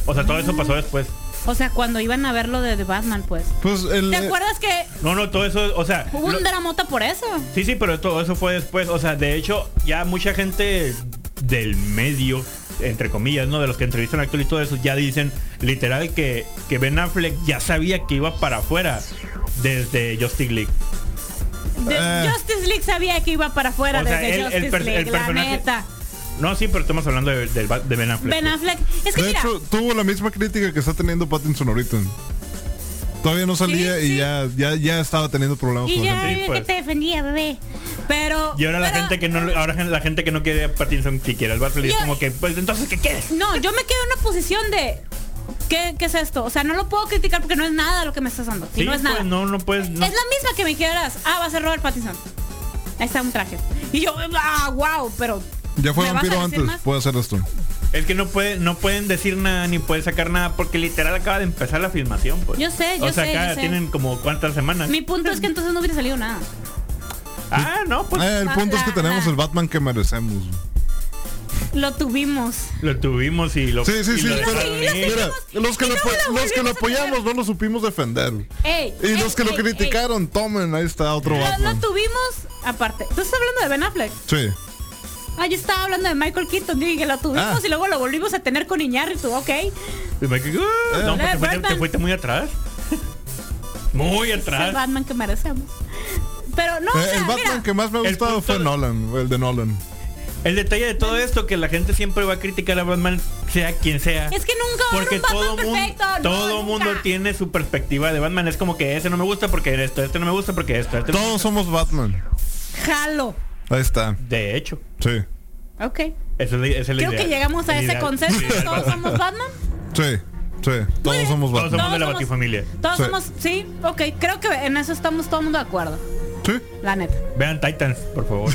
Speaker 3: O sea, todo eso
Speaker 1: Mm.
Speaker 3: pasó después.
Speaker 1: O sea, cuando iban a ver lo de The Batman, pues.
Speaker 2: Pues el,
Speaker 1: ¿Te acuerdas que
Speaker 3: No, no, todo eso, o sea,
Speaker 1: hubo
Speaker 3: Eh, lo-
Speaker 1: un dramota por eso?
Speaker 3: sí, sí, pero todo eso fue después. O sea, de hecho, ya mucha gente del medio, entre comillas, ¿no? De los que entrevistan actual y todo eso, ya dicen literal que, que Ben Affleck ya sabía que iba para afuera desde Justice League.
Speaker 1: De-
Speaker 3: Ah.
Speaker 2: Eh.
Speaker 1: Justice League sabía que iba para afuera
Speaker 3: O sea,
Speaker 1: desde
Speaker 3: el- el
Speaker 1: Justice
Speaker 3: per- el
Speaker 1: League, la
Speaker 3: personaje-
Speaker 1: neta.
Speaker 3: No, sí, pero estamos hablando de, del Ba- de Ben Affleck.
Speaker 1: Ben Affleck. Es que
Speaker 2: De
Speaker 1: mira,
Speaker 2: hecho, tuvo la misma crítica que está teniendo Pattinson ahorita. Todavía no salía
Speaker 1: Sí,
Speaker 2: y
Speaker 1: sí.
Speaker 2: Ya, ya, ya estaba teniendo problemas
Speaker 1: y
Speaker 2: con la
Speaker 1: ya
Speaker 2: gente.
Speaker 3: Sí,
Speaker 1: vi que
Speaker 3: pues.
Speaker 1: te defendía, bebé. Pero.
Speaker 3: Y ahora la
Speaker 1: pero-
Speaker 3: gente que no ahora la gente que no quiere a Pattinson que quiere al Bartley es
Speaker 1: Yo-
Speaker 3: como que pues entonces ¿qué quieres?
Speaker 1: No, yo me quedo en una posición de. ¿Qué, qué es esto? O sea, no lo puedo criticar porque no es nada lo que me estás dando. Si
Speaker 3: Sí,
Speaker 1: no es
Speaker 3: pues,
Speaker 1: nada.
Speaker 3: no no puedes no.
Speaker 1: Es la misma que me quieras. Ah, va a ser Robert Pattinson. Ahí está un traje. Y yo, ah, wow, pero.
Speaker 2: Ya fue
Speaker 1: ¿me vas a
Speaker 2: vampiro
Speaker 1: decir
Speaker 2: antes,
Speaker 1: más? Pues,
Speaker 2: puede hacer esto.
Speaker 3: Es que no puede no pueden decir nada ni pueden sacar nada porque literal acaba de empezar la filmación, pues.
Speaker 1: Yo sé, yo
Speaker 3: O sea,
Speaker 1: sé,
Speaker 3: acá
Speaker 1: yo sé.
Speaker 3: tienen como cuántas semanas.
Speaker 1: Mi punto es que entonces no hubiera salido nada.
Speaker 3: Ah, no, pues
Speaker 2: Eh, el
Speaker 1: la-
Speaker 2: punto es que
Speaker 1: la-
Speaker 2: tenemos
Speaker 1: la-
Speaker 2: el Batman que merecemos.
Speaker 1: Lo tuvimos.
Speaker 3: lo tuvimos y lo
Speaker 2: Sí, sí,
Speaker 3: y
Speaker 2: sí.
Speaker 3: lo
Speaker 2: pero-
Speaker 3: dejaron ir.
Speaker 2: mira, los que,
Speaker 1: y
Speaker 2: lo,
Speaker 1: luego
Speaker 2: apo-
Speaker 1: la
Speaker 2: los que lo
Speaker 1: volvimos a tener.
Speaker 2: apoyamos no lo supimos defender.
Speaker 1: Ey,
Speaker 2: Y
Speaker 1: ey,
Speaker 2: los que lo
Speaker 1: ey,
Speaker 2: criticaron,
Speaker 1: eh,
Speaker 2: tomen, ahí está otro
Speaker 1: ey. Lo, lo
Speaker 2: Batman.
Speaker 1: tuvimos aparte. Tú estás hablando de Ben Affleck.
Speaker 2: Sí.
Speaker 1: Ah, yo estaba hablando de Michael Keaton. Dije que lo tuvimos
Speaker 2: Ah.
Speaker 1: y luego lo volvimos a tener con Iñárritu, ok.
Speaker 3: Y me quedé, "Ah, no, porque
Speaker 1: Eh,
Speaker 3: fuiste-
Speaker 1: Batman.
Speaker 3: te fuiste muy atrás. Muy
Speaker 1: Es el
Speaker 3: atrás.
Speaker 1: Batman que merecemos. Pero no, o
Speaker 2: Eh,
Speaker 1: sea,
Speaker 2: el Batman
Speaker 1: mira,
Speaker 2: que más me ha
Speaker 3: el
Speaker 2: gustado
Speaker 3: punto
Speaker 2: fue
Speaker 3: de-
Speaker 2: Nolan, el de Nolan.
Speaker 3: El detalle de todo esto que la gente siempre va a criticar a Batman sea quien sea.
Speaker 1: Es que nunca va a haber
Speaker 3: Porque
Speaker 1: un Batman
Speaker 3: todo, mundo,
Speaker 1: perfecto. no,
Speaker 3: todo
Speaker 1: nunca.
Speaker 3: mundo tiene su perspectiva de Batman. Es como que ese no me gusta porque esto, este no me gusta porque esto, este no me
Speaker 2: Todos somos Batman.
Speaker 1: Jalo.
Speaker 2: Ahí está.
Speaker 3: gusta. De hecho,
Speaker 2: Sí.
Speaker 1: Ok.
Speaker 3: esa es la, esa es la
Speaker 1: Creo
Speaker 3: idea.
Speaker 1: que llegamos a
Speaker 3: El
Speaker 1: ese
Speaker 3: ideal-
Speaker 1: consenso.
Speaker 3: el ideal
Speaker 1: Todos
Speaker 3: Batman.
Speaker 1: somos Batman.
Speaker 2: Sí. Sí. Todos somos
Speaker 3: Todos
Speaker 2: Batman.
Speaker 3: somos de la
Speaker 1: Todos somos-
Speaker 3: Batifamilia.
Speaker 1: Todos
Speaker 2: Sí.
Speaker 1: somos, sí, ok, creo que en eso estamos todo el mundo de acuerdo,
Speaker 2: Sí.
Speaker 1: la neta.
Speaker 3: Vean Titans, por favor.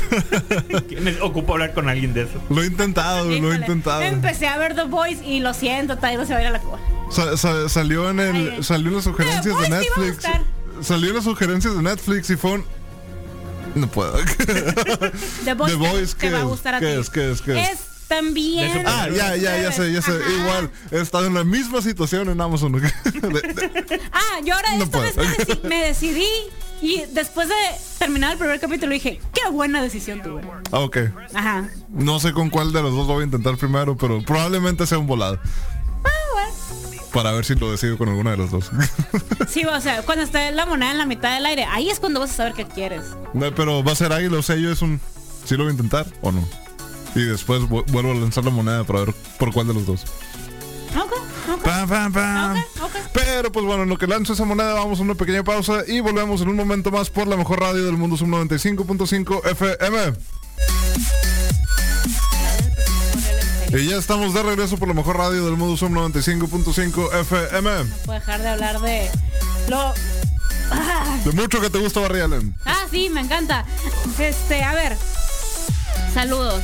Speaker 3: ¿Quién ocupa hablar con alguien de eso?
Speaker 2: Lo he intentado, lo he
Speaker 1: Híjole,
Speaker 2: intentado.
Speaker 1: Empecé a ver The Boys y lo siento, Tyler se va a ir a la Cuba.
Speaker 2: Sa- sa- salió en el
Speaker 1: Ay, ay.
Speaker 2: salió en las
Speaker 1: The
Speaker 2: sugerencias
Speaker 1: Boys
Speaker 2: de
Speaker 1: te iba a
Speaker 2: Netflix.
Speaker 1: gustar.
Speaker 2: Salió en las sugerencias de Netflix y fue un- no puedo.
Speaker 1: The Boys, te-
Speaker 2: The Boys,
Speaker 1: te
Speaker 2: ¿qué
Speaker 1: va a
Speaker 2: es?
Speaker 1: gustar a ti.
Speaker 2: ¿Qué es? ¿Qué es? ¿Qué es?
Speaker 1: Es también.
Speaker 3: De su-
Speaker 2: Ah, ya, ya, ya sé, ya sé.
Speaker 1: Ajá.
Speaker 2: Igual, he estado en la misma situación en Amazon. De- de-
Speaker 1: Ah, yo ahora
Speaker 2: No
Speaker 1: esta vez me,
Speaker 2: puedo.
Speaker 1: deci- me decidí y después de terminar el primer capítulo dije, qué buena decisión tuve.
Speaker 2: Ah, ok.
Speaker 1: Ajá.
Speaker 2: No sé con cuál de los dos lo voy a intentar primero, pero probablemente sea un volado.
Speaker 1: Ah, bueno.
Speaker 2: Para ver si lo decido con alguna de las dos.
Speaker 1: Sí, o sea, cuando esté la moneda en la mitad del aire, ahí es cuando vas a saber qué quieres.
Speaker 2: No, pero va a ser águila o sello es un. ¿Sí lo voy a intentar o no? Y después vu- vuelvo a lanzar la moneda para ver por cuál de los dos.
Speaker 1: Ok, ok.
Speaker 2: Pam, pam, pam.
Speaker 1: Ok, ok.
Speaker 2: Pero pues bueno, en lo que lanzo esa moneda, vamos a una pequeña pausa y volvemos en un momento más por la mejor radio del mundo, Sub 95.5 FM. Y ya estamos de regreso por la mejor radio del mundo, Sub 95.5 FM.
Speaker 1: Puedo dejar de hablar de lo
Speaker 2: De mucho que te gusta Barry Allen.
Speaker 1: Ah, sí, me encanta. Este, a ver. Saludos.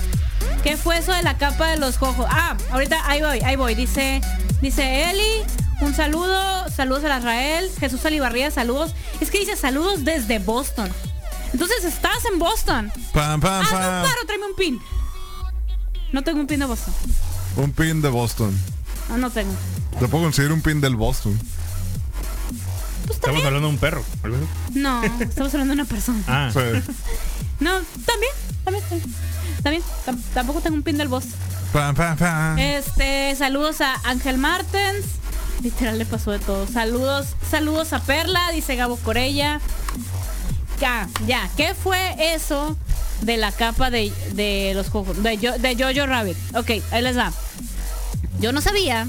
Speaker 1: ¿Qué fue eso de la capa de los cojos? Ah, ahorita ahí voy, ahí voy. Dice, dice Eli, un saludo, saludos a Israel, Jesús Alibarría, saludos. Es que dice saludos desde Boston. Entonces estás en Boston.
Speaker 2: Pam, pam,
Speaker 1: Hazme
Speaker 2: pam.
Speaker 1: un paro, tráeme un pin. No tengo un pin de Boston.
Speaker 2: Un pin de Boston.
Speaker 1: No, no tengo.
Speaker 2: Te puedo conseguir un pin del Boston.
Speaker 1: Pues está
Speaker 3: Estamos
Speaker 1: bien.
Speaker 3: hablando de un perro. ¿verdad?
Speaker 1: No, estamos hablando de una persona.
Speaker 3: Ah,
Speaker 2: Sí.
Speaker 1: No, también, también, también. También, tam- tampoco tengo un pin del Boston.
Speaker 2: Pam, pam, pam.
Speaker 1: Este, saludos a Ángel Martens. Literal le pasó de todo. Saludos, saludos a Perla, dice Gabo Corella. Ya, ya. ¿Qué fue eso de la capa de, de los cojos? De, yo, de Jojo Rabbit. Ok, ahí les va. Yo no sabía.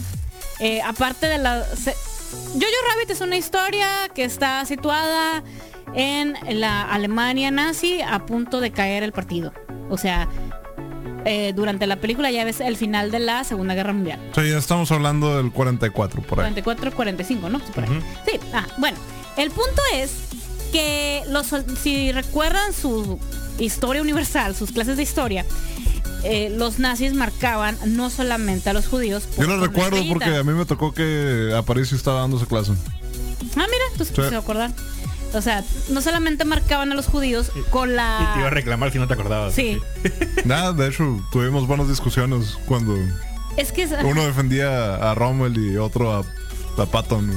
Speaker 1: eh, aparte de la. se- Jojo Rabbit es una historia que está situada en la Alemania nazi a punto de caer el partido. O sea, eh, durante la película ya ves el final de la Segunda Guerra Mundial.
Speaker 2: O sea, ya estamos hablando del 44 por ahí.
Speaker 1: 44, 45, ¿no? Sí, por ahí.
Speaker 3: Ujú.
Speaker 1: Sí, ah, bueno. El punto es que los, sol- si recuerdan su historia universal, sus clases de historia, eh, los nazis marcaban no solamente a los judíos.
Speaker 2: Yo
Speaker 1: por-
Speaker 2: lo
Speaker 1: por
Speaker 2: recuerdo
Speaker 1: estrellitas.
Speaker 2: porque a mí me tocó que Aparicio estaba dando esa clase.
Speaker 1: Ah, mira, tú sí.
Speaker 2: Sí.
Speaker 1: se va a acordar. O sea, no solamente marcaban a los judíos con
Speaker 3: Y te iba a
Speaker 1: la...
Speaker 3: reclamar si no te acordabas.
Speaker 1: Ah. Sí,
Speaker 2: Nada, de hecho, tuvimos buenas discusiones cuando
Speaker 1: es que es-
Speaker 2: uno defendía a Rommel y otro a, a Patton.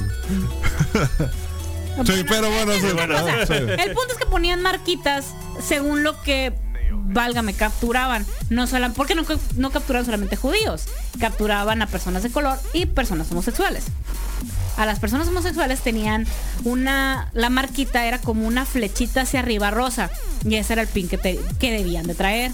Speaker 2: Sí, pero bueno, sí,
Speaker 3: bueno.
Speaker 2: sí.
Speaker 1: El punto es que ponían marquitas según lo que, válgame, capturaban. No solan, porque no, ca- no capturaban solamente judíos, capturaban a personas de color y personas homosexuales. A las personas homosexuales tenían una. La marquita era como una flechita hacia arriba rosa. Y ese era el pin que, te- que debían de traer.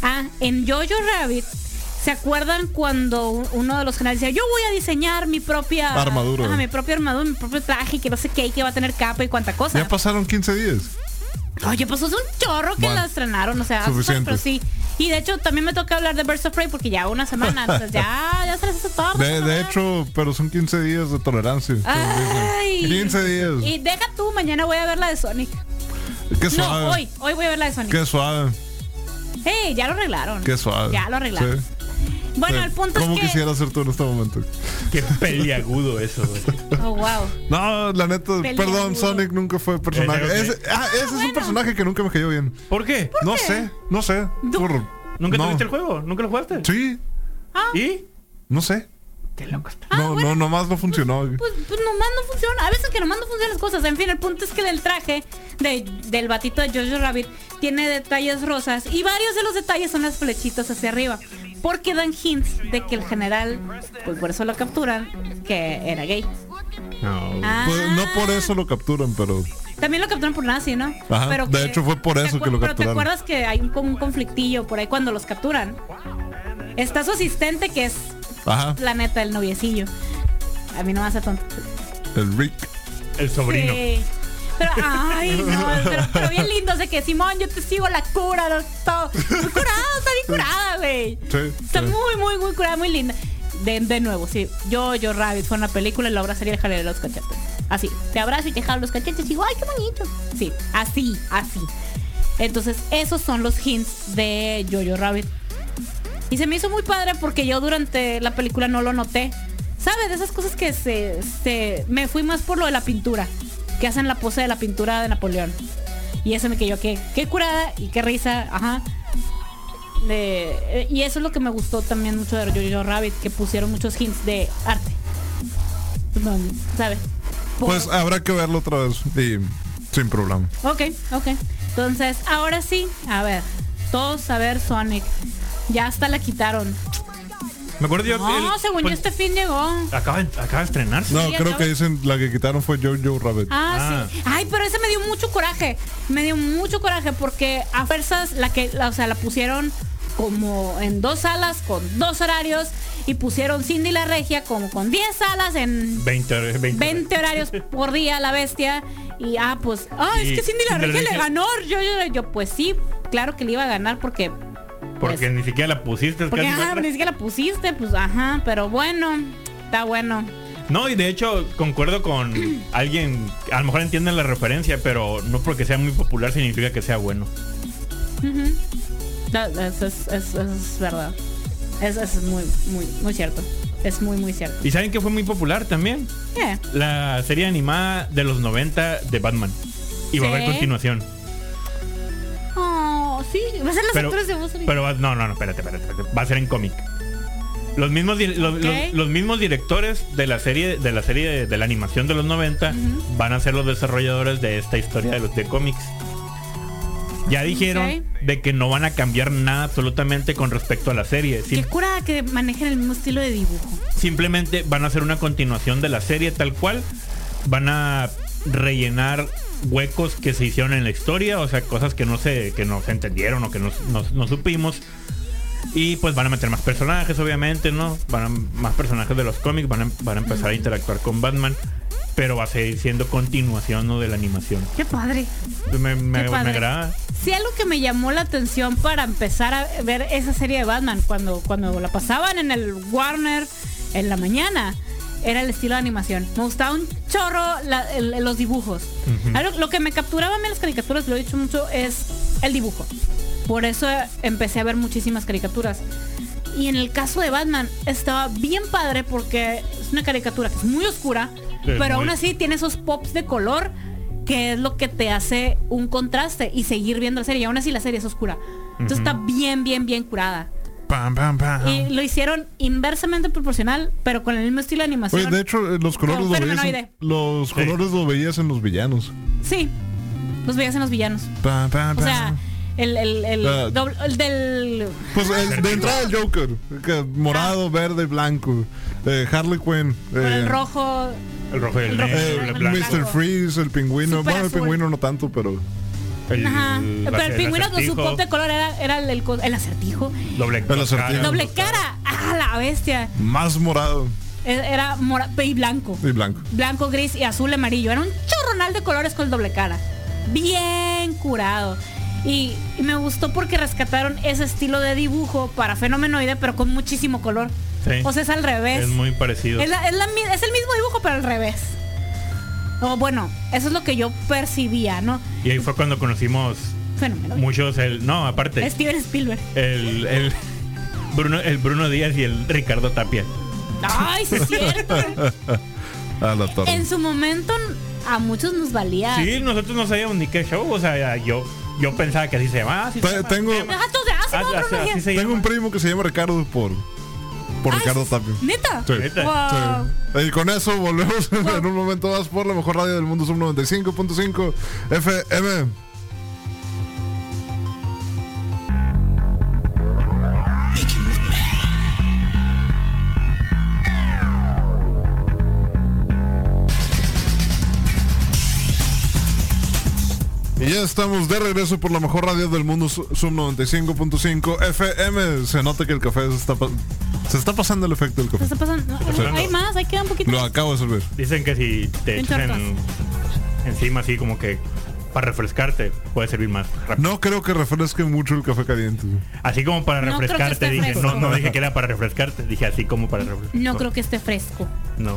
Speaker 1: Ah, en Jojo Rabbit. ¿Se acuerdan cuando un- uno de los generales decía, yo voy a diseñar mi propia
Speaker 2: Armadura.
Speaker 1: Ajá, mi propia armadura, mi propio traje, que no sé qué, y que va a tener capa y cuánta cosa?
Speaker 2: Ya pasaron 15 días.
Speaker 1: Oye, pues es un chorro que
Speaker 2: Bueno,
Speaker 1: la estrenaron, o sea,
Speaker 2: suficiente.
Speaker 1: pero sí. Y de hecho también me toca hablar de Birds of Prey porque ya una semana, entonces ya, ya se les hace tarde.
Speaker 2: De, de
Speaker 1: ¿verdad?
Speaker 2: hecho, pero son 15 días de tolerancia.
Speaker 1: Ah, Ay.
Speaker 2: 15 días.
Speaker 1: Y deja tú, mañana voy a ver la de Sonic.
Speaker 2: Qué
Speaker 1: No,
Speaker 2: suave.
Speaker 1: hoy, hoy voy a ver la de Sonic.
Speaker 2: Qué suave.
Speaker 1: Ey, ya lo arreglaron.
Speaker 2: Qué suave.
Speaker 1: Ya lo arreglaron.
Speaker 2: Sí,
Speaker 1: Bueno,
Speaker 2: sí.
Speaker 1: el punto
Speaker 2: ¿Cómo
Speaker 1: es que.
Speaker 2: quisiera ser tú en este momento?
Speaker 3: Qué peliagudo eso, güey.
Speaker 1: Oh, wow.
Speaker 2: No, la neta,
Speaker 1: Peleagudo.
Speaker 2: perdón, Sonic nunca fue personaje.
Speaker 3: Eh, ok.
Speaker 2: Ese, ah, ese es un
Speaker 1: bueno.
Speaker 2: personaje que nunca me cayó bien.
Speaker 3: ¿Por qué?
Speaker 2: No sé, no sé.
Speaker 1: Du-
Speaker 2: Por-
Speaker 3: ¿Nunca
Speaker 2: no.
Speaker 3: tuviste el juego? ¿Nunca lo jugaste?
Speaker 2: Sí,
Speaker 3: ¿Y?
Speaker 2: no sé.
Speaker 3: Qué loco está.
Speaker 1: Ah,
Speaker 2: no,
Speaker 1: bueno.
Speaker 2: no, nomás no funcionó.
Speaker 1: Pues, pues nomás no funciona. A veces que nomás no funcionan las cosas. En fin, el punto es que del traje de- del batito de Jojo Rabbit tiene detalles rosas y varios de los detalles son las flechitas hacia arriba. Porque dan hints de que el general, pues por eso lo capturan, que era gay.
Speaker 3: No.
Speaker 1: Ah.
Speaker 2: Pues, no por eso lo capturan, pero.
Speaker 1: También lo capturan por nazi, ¿no?
Speaker 2: Ajá, de hecho fue por
Speaker 1: ¿te
Speaker 2: eso
Speaker 1: acuer-
Speaker 2: que lo
Speaker 1: Pero te
Speaker 2: capturaron.
Speaker 1: acuerdas que hay un, como un conflictillo por ahí cuando los capturan. Está su asistente que es
Speaker 2: Ajá,
Speaker 1: planeta el noviecillo. A mí no me hace tonto.
Speaker 2: el Rick.
Speaker 3: El sobrino.
Speaker 1: Sí. Pero, ay, no, pero, pero bien lindo, sé que Simón, yo te sigo la cura, no, todo. Muy curada, está bien curada, güey.
Speaker 2: Sí,
Speaker 1: Está
Speaker 2: sí.
Speaker 1: muy, muy, muy curada, muy linda. De, de nuevo, sí. Yo, yo, Rabbit, fue una película y lo abrazaría y le jalaría los cachetes. Así. Te abrazo y te jalo los cachetes y digo, ay, qué bonito. Sí, así, así. Entonces, esos son los hints de Jojo Rabbit. Y se me hizo muy padre porque yo durante la película no lo noté. ¿Sabes? De esas cosas que se, se- Me fui más por lo de la pintura. Que hacen la pose de la pintura de Napoleón. Y eso me quedó que qué curada y qué risa. Ajá. De- eh, y eso es lo que me gustó también mucho de Jojo Rabbit, que pusieron muchos hints de arte. No, ¿Sabes? Por-
Speaker 2: Pues habrá que verlo otra vez y sin problema.
Speaker 1: Ok, ok. Entonces, ahora sí, a ver. Todos a ver Sonic. Ya hasta la quitaron.
Speaker 3: Me acuerdo yo.
Speaker 1: No,
Speaker 3: el-
Speaker 1: según yo
Speaker 3: pues,
Speaker 1: este fin llegó.
Speaker 3: Acaba, de- acaba de estrenarse.
Speaker 2: No,
Speaker 1: Sí,
Speaker 2: creo
Speaker 1: acaba-
Speaker 2: que dicen la que quitaron fue Jojo Rabbit.
Speaker 1: Ah, sí. Ay, pero ese me dio mucho coraje. Me dio mucho coraje porque a fuerzas la que, la- o sea, la pusieron como en dos salas con dos horarios y pusieron Cindy la Regia como con 10 salas en
Speaker 3: 20 horas. 20,
Speaker 1: 20 horarios por día la bestia. Y ah, pues, ah, es
Speaker 3: Y
Speaker 1: que Cindy la
Speaker 3: Cindy la
Speaker 1: Regia le
Speaker 3: Regia.
Speaker 1: ganó. Yo, yo, yo, pues sí, claro que le iba a ganar porque
Speaker 3: Porque ni siquiera la pusiste.
Speaker 1: Porque
Speaker 3: casi,
Speaker 1: ajá,
Speaker 3: ¿verdad?
Speaker 1: ni siquiera la pusiste, pues ajá, pero bueno, está bueno.
Speaker 3: No, y de hecho concuerdo con alguien, a lo mejor entienden la referencia, pero no porque sea muy popular significa que sea bueno.
Speaker 1: Ujú. No, Es, es- es- es verdad. Es, es muy, muy, muy cierto. Es muy, muy cierto.
Speaker 3: ¿Y saben que fue muy popular también?
Speaker 1: Eh,
Speaker 3: La serie animada de los 90 de Batman. Y va a haber
Speaker 1: Sí.
Speaker 3: continuación.
Speaker 1: Oh, sí, va a ser las
Speaker 3: Pero,
Speaker 1: actores de voz. ahorita.
Speaker 3: pero va- no, no, no, espérate, espérate, espérate. Va a ser en cómic. Los mismos, di- los,
Speaker 1: Ok.
Speaker 3: los- los mismos directores de la serie de la serie de, de la animación de los 90 van a ser los desarrolladores de esta historia de los de cómics. Ya dijeron
Speaker 1: Ok.
Speaker 3: de que no van a cambiar nada absolutamente con respecto a la serie. Sim-
Speaker 1: Qué cura que manejen el mismo estilo de dibujo.
Speaker 3: simplemente van a hacer una continuación de la serie tal cual. Van a rellenar huecos que se hicieron en la historia, o sea, cosas que no se, que no se entendieron o que no, no- no supimos. Y pues van a meter más personajes, obviamente, ¿no? Van a- más personajes de los cómics, van a, van a empezar a interactuar con Batman. pero va a seguir siendo continuación ¿no? de la animación.
Speaker 1: Qué padre.
Speaker 3: Me, me-
Speaker 1: Qué
Speaker 3: me
Speaker 1: padre.
Speaker 3: agrada.
Speaker 1: Sí, algo que me llamó la atención para empezar a ver esa serie de Batman cuando, cuando la pasaban en el Warner en la mañana. Era el estilo de animación. Me gustaba un chorro la- el- los dibujos.
Speaker 3: Ujú.
Speaker 1: Algo- lo que me capturaba a mí en las caricaturas, lo he dicho mucho, es el dibujo. Por eso eh, empecé a ver muchísimas caricaturas. Y en el caso de Batman, estaba bien padre porque es una caricatura que es muy oscura,
Speaker 3: Sí,
Speaker 1: pero
Speaker 3: muy-
Speaker 1: aún así tiene esos pops de color que es lo que te hace un contraste y seguir viendo la serie. Y aún así la serie es oscura. Entonces
Speaker 3: Ujú.
Speaker 1: está bien, bien, bien curada.
Speaker 2: Pam, pam, pam.
Speaker 1: Y lo hicieron inversamente proporcional, pero con el mismo estilo de animación.
Speaker 2: Oye, de hecho, eh, los colores
Speaker 1: Como
Speaker 2: lo veías. En,
Speaker 1: fenomenoide.
Speaker 2: los colores lo veías en los villanos.
Speaker 1: Sí, los veías en los villanos.
Speaker 2: Pam, pam,
Speaker 1: O sea,
Speaker 2: pam.
Speaker 1: el, el, el,
Speaker 2: Ah.
Speaker 1: doble- el del...
Speaker 2: Pues el, de entrada el Joker, que morado, verde, blanco, eh, Harley Quinn,
Speaker 1: Ah. con el
Speaker 2: eh,
Speaker 1: rojo.
Speaker 3: El rojo y el
Speaker 1: El rojo y
Speaker 3: negro,
Speaker 1: el
Speaker 2: eh,
Speaker 3: el
Speaker 1: negro,
Speaker 3: blanco.
Speaker 2: Mr. Freeze, el pingüino,
Speaker 1: Super
Speaker 2: bueno, el
Speaker 1: azul.
Speaker 2: pingüino no tanto, pero
Speaker 3: El,
Speaker 1: Ajá. Pero el
Speaker 3: el
Speaker 1: pingüino con su
Speaker 3: acertijo,
Speaker 1: pop de color era, era el, el co- el acertijo.
Speaker 3: Doble,
Speaker 2: acertijo.
Speaker 3: cara.
Speaker 1: Doble cara. ¡Ah, la bestia!
Speaker 2: más morado
Speaker 1: E- Era mora y blanco.
Speaker 2: y blanco.
Speaker 1: Blanco, gris y azul, amarillo. Era un chorronal de colores con el doble cara. Bien curado. Y, y me gustó porque rescataron ese estilo de dibujo para fenomenoide, pero con muchísimo color.
Speaker 3: Sí.
Speaker 1: O sea, es al revés.
Speaker 3: Es muy parecido.
Speaker 1: Es, la- es la mi- es el mismo dibujo, pero al revés. O bueno, eso es lo que yo percibía, ¿no?
Speaker 3: Y ahí fue cuando conocimos
Speaker 1: Fenomenoide.
Speaker 3: muchos el. No, aparte.
Speaker 1: Steven Spielberg.
Speaker 3: El, el Bruno, el Bruno Díaz y el Ricardo Tapia.
Speaker 1: Ay, sí es cierto.
Speaker 2: A la
Speaker 1: en
Speaker 2: torre.
Speaker 1: su momento a muchos nos valía.
Speaker 3: Sí, nosotros no sabíamos ni qué show. O sea, yo, yo pensaba que así se llamaba. Así se
Speaker 2: Te-
Speaker 3: llama,
Speaker 2: tengo-
Speaker 3: se llama.
Speaker 1: Ah, tú- ah, sí,
Speaker 3: Ah,
Speaker 1: no,
Speaker 3: así-
Speaker 1: no, no,
Speaker 3: así
Speaker 1: no.
Speaker 3: se
Speaker 2: Tengo un
Speaker 3: llama.
Speaker 2: primo que se llama Ricardo por, por
Speaker 1: Ay,
Speaker 2: Ricardo Tapia.
Speaker 1: ¿Neta?
Speaker 2: Sí.
Speaker 3: Neta.
Speaker 1: Wow.
Speaker 2: Sí. Y con eso volvemos en un momento más por la mejor radio del mundo, sub 95.5 FM. Y ya estamos de regreso por la mejor radio del mundo, Su- Sub 95.5 FM. Se nota que el café se está, pa- se está pasando el efecto del
Speaker 1: ¿Qué
Speaker 2: café.
Speaker 1: está pasando? No,
Speaker 3: Fernando.
Speaker 1: Hay más, hay queda un poquito.
Speaker 2: Lo acabo de servir.
Speaker 3: Dicen que si te
Speaker 1: En
Speaker 3: echas en- encima así como que para refrescarte puede servir más rápido.
Speaker 2: No creo que refresque mucho el café caliente.
Speaker 3: Así como para
Speaker 1: No creo que
Speaker 3: refrescarte,
Speaker 1: esté
Speaker 3: dije, no,
Speaker 1: fresco.
Speaker 3: no dije que era para refrescarte, dije así como para refrescarte.
Speaker 1: No creo que esté fresco.
Speaker 3: No,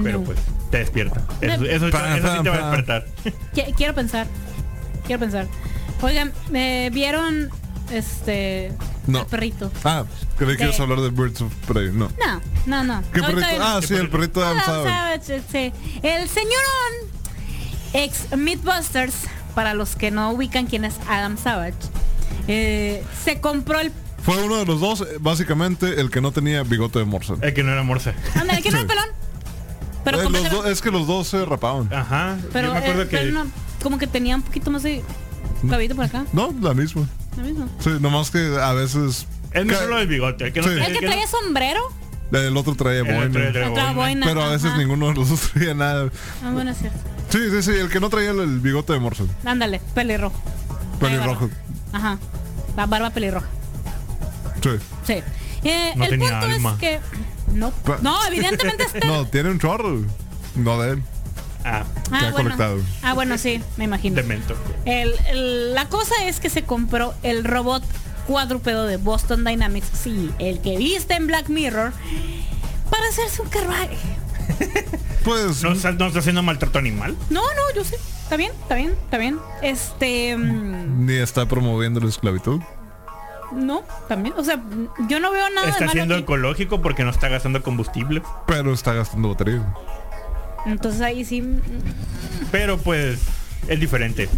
Speaker 3: pero
Speaker 1: No.
Speaker 3: pues te despierta. Eso,
Speaker 1: No.
Speaker 3: eso-
Speaker 2: Pa,
Speaker 3: eso sí te va
Speaker 2: pa,
Speaker 3: a
Speaker 2: pa.
Speaker 3: despertar.
Speaker 1: Qui- Quiero pensar. Quiero pensar. Oigan, ¿me vieron este
Speaker 2: No.
Speaker 1: el perrito?
Speaker 2: Ah, creí que
Speaker 1: Sí.
Speaker 2: ibas a hablar de Birds of Prey. No.
Speaker 1: No, no, no.
Speaker 2: ¿Qué
Speaker 1: Ahorita
Speaker 2: perrito?
Speaker 1: bien.
Speaker 2: Ah,
Speaker 3: ¿Qué
Speaker 2: sí, el perrito
Speaker 3: perrito?
Speaker 2: de Adam
Speaker 1: Adam
Speaker 2: Savage.
Speaker 1: Savage, sí. El señorón ex Mythbusters, para los que no ubican quién es Adam Savage, eh, se compró el
Speaker 2: Fue uno de los dos, eh, básicamente, el que no tenía bigote de Morse.
Speaker 3: Es que no era morsa.
Speaker 1: Ándale, que no
Speaker 2: Sí.
Speaker 1: era pelón. Pero,
Speaker 2: Eh, los
Speaker 1: completamente-
Speaker 2: dos- es que los dos se rapaban.
Speaker 3: Ajá.
Speaker 1: pero,
Speaker 3: yo me acuerdo
Speaker 1: eh,
Speaker 3: que
Speaker 1: pero no, como que tenía un poquito más de cabello por acá.
Speaker 2: No, la misma.
Speaker 1: Lo mismo.
Speaker 2: Sí, nomás que a veces...
Speaker 3: es
Speaker 2: ca-
Speaker 3: mejor lo del bigote. El que no
Speaker 2: Sí.
Speaker 1: El que traía sombrero,
Speaker 2: El otro traía
Speaker 3: el otro
Speaker 2: boina.
Speaker 3: traía
Speaker 1: otra
Speaker 3: boina.
Speaker 1: boina.
Speaker 2: Pero a veces
Speaker 1: ajá.
Speaker 2: ninguno de los dos traía nada.
Speaker 1: Ah, bueno, es cierto.
Speaker 2: Sí, sí, sí, el que no traía el, el bigote de Morse.
Speaker 1: Ándale, pelirrojo.
Speaker 2: Pelirrojo.
Speaker 1: Ajá. La barba pelirroja.
Speaker 2: Sí.
Speaker 1: Sí. Eh,
Speaker 3: No
Speaker 1: el
Speaker 3: tenía
Speaker 1: punto
Speaker 3: alma.
Speaker 1: es que. No.
Speaker 2: Pa-
Speaker 1: No, evidentemente este.
Speaker 2: No, tiene un chorro. No de él.
Speaker 3: Ah,
Speaker 2: que ha
Speaker 1: bueno.
Speaker 2: colectado.
Speaker 1: ah, bueno, sí, me imagino.
Speaker 3: demento.
Speaker 1: El- el- la cosa es que se compró el robot cuadrúpedo de Boston Dynamics, sí, el que viste en Black Mirror, para hacerse un carruaje.
Speaker 2: Pues...
Speaker 3: ¿No, está- no está haciendo maltrato animal?
Speaker 1: No, no, yo sé. Está bien, está bien, está bien. Este. mm,
Speaker 2: Ni está promoviendo la esclavitud.
Speaker 1: No, también. O sea, yo Ah, no veo nada de
Speaker 3: Está
Speaker 1: malo.
Speaker 3: siendo
Speaker 1: aquí.
Speaker 3: ecológico porque no está gastando combustible.
Speaker 2: Pero está gastando batería.
Speaker 1: Entonces ahí sí. mm,
Speaker 3: Pero pues es diferente.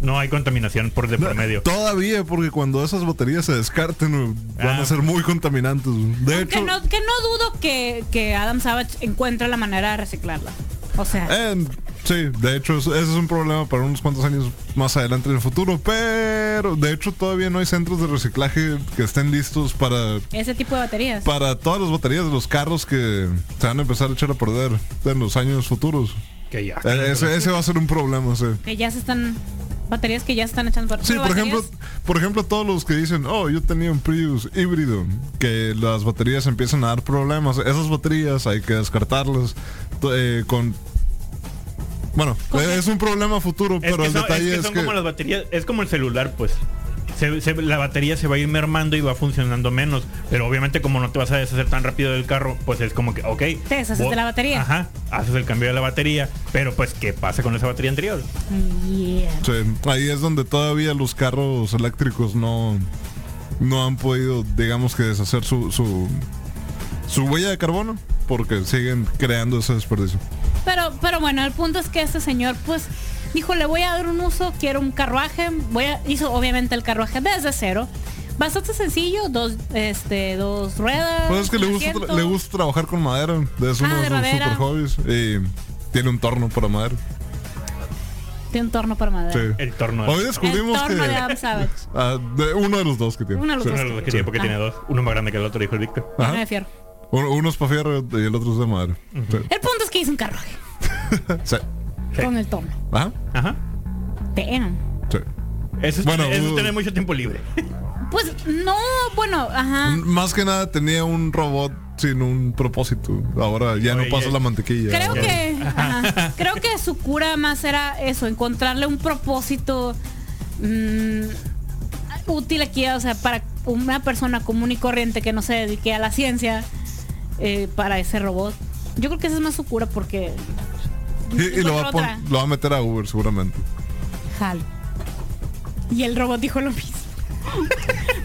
Speaker 3: No hay contaminación por de
Speaker 2: No,
Speaker 3: por medio.
Speaker 2: Todavía, porque cuando esas baterías se descarten eh, van a
Speaker 3: Ah.
Speaker 2: ser muy contaminantes. De
Speaker 1: Que
Speaker 2: hecho,
Speaker 1: no, que no dudo que, que Adam Savage encuentra la manera de reciclarla. O sea.
Speaker 2: em, sí, de hecho, es- ese es un problema para unos cuantos años más adelante en el futuro. Pero, de hecho, todavía no hay centros de reciclaje que estén listos para,
Speaker 1: Ese tipo de baterías.
Speaker 2: para todas las baterías de los carros que se van a empezar a echar a perder en los años futuros.
Speaker 3: Que ya.
Speaker 2: E- Ese, ese va a ser un problema, sí.
Speaker 1: Que ya se están. Baterías que ya están echando
Speaker 2: Sí,
Speaker 1: pero
Speaker 2: por
Speaker 1: baterías-
Speaker 2: ejemplo, por ejemplo, todos los que dicen, oh, yo tenía un Prius híbrido, que las baterías empiezan a dar problemas. Esas baterías hay que descartarlas to- eh, con Bueno, es un problema futuro,
Speaker 3: Es
Speaker 2: pero
Speaker 3: que,
Speaker 2: el
Speaker 3: son, es
Speaker 2: detalle
Speaker 3: que
Speaker 2: es que,
Speaker 3: son como las baterías, es como el celular, pues. Se- se- la batería se va a ir mermando y va funcionando menos. Pero obviamente como no te vas a deshacer tan rápido del carro, pues es como que, ok.
Speaker 1: Te deshaces
Speaker 3: vos-
Speaker 1: de la batería.
Speaker 3: Ajá, haces el cambio de la batería. Pero pues, ¿qué pasa con esa batería anterior?
Speaker 1: Yeah.
Speaker 2: Sí, ahí es donde todavía los carros eléctricos no, no han podido, digamos que deshacer su, su, su huella de carbono, porque siguen creando ese desperdicio.
Speaker 1: Pero, pero bueno, el punto es que este señor, pues, dijo, le voy a dar un uso, quiero un carruaje, voy a, hizo obviamente el carruaje desde cero. Bastante sencillo, dos, este, dos ruedas.
Speaker 2: Pues es que le
Speaker 1: un
Speaker 2: gusta, tra-
Speaker 1: asiento.
Speaker 2: le gusta trabajar con madera, es uno
Speaker 1: Ah,
Speaker 2: de
Speaker 1: de
Speaker 2: sus
Speaker 1: madera.
Speaker 2: super hobbies. Y tiene un torno para madera.
Speaker 1: Tiene un torno para madera.
Speaker 2: Sí.
Speaker 3: El torno. Ah,
Speaker 2: Hoy
Speaker 1: El
Speaker 2: descubrimos que...
Speaker 1: torno de Adam Savage.
Speaker 2: Ah, de- uno de los dos que tiene.
Speaker 1: Uno de los
Speaker 2: Sí.
Speaker 1: dos.
Speaker 3: Uno de los dos que tiene, porque
Speaker 1: Ah.
Speaker 3: tiene dos. Uno más grande que el otro, dijo el Víctor.
Speaker 2: Ajá.
Speaker 1: No me fiero.
Speaker 2: Uno, uno es para fierro y el otro es de madera.
Speaker 1: El punto es que hizo un carruaje
Speaker 2: Sí. Sí.
Speaker 3: Sí.
Speaker 1: con el torno.
Speaker 2: Ajá.
Speaker 3: Ajá.
Speaker 1: Damn.
Speaker 2: Sí.
Speaker 3: Eso es,
Speaker 2: Bueno,
Speaker 3: eso es
Speaker 2: uh,
Speaker 3: tener mucho tiempo libre.
Speaker 1: Pues no, bueno, ajá.
Speaker 2: M- Más que nada tenía un robot sin un propósito. Ahora ya
Speaker 3: Oye,
Speaker 2: no pasa
Speaker 3: ya-
Speaker 2: la mantequilla.
Speaker 1: Creo
Speaker 2: Ahora-
Speaker 1: que ajá, creo que su cura más era eso, encontrarle un propósito mm, útil aquí, o sea, para una persona común y corriente que no se dedique a la ciencia eh, para ese robot. Yo creo que esa es más su cura porque
Speaker 2: Y, y lo, va a
Speaker 1: encontró
Speaker 2: pon-
Speaker 1: otra.
Speaker 2: lo va a meter a Uber seguramente.
Speaker 1: Jalo. Y el robot dijo lo mismo.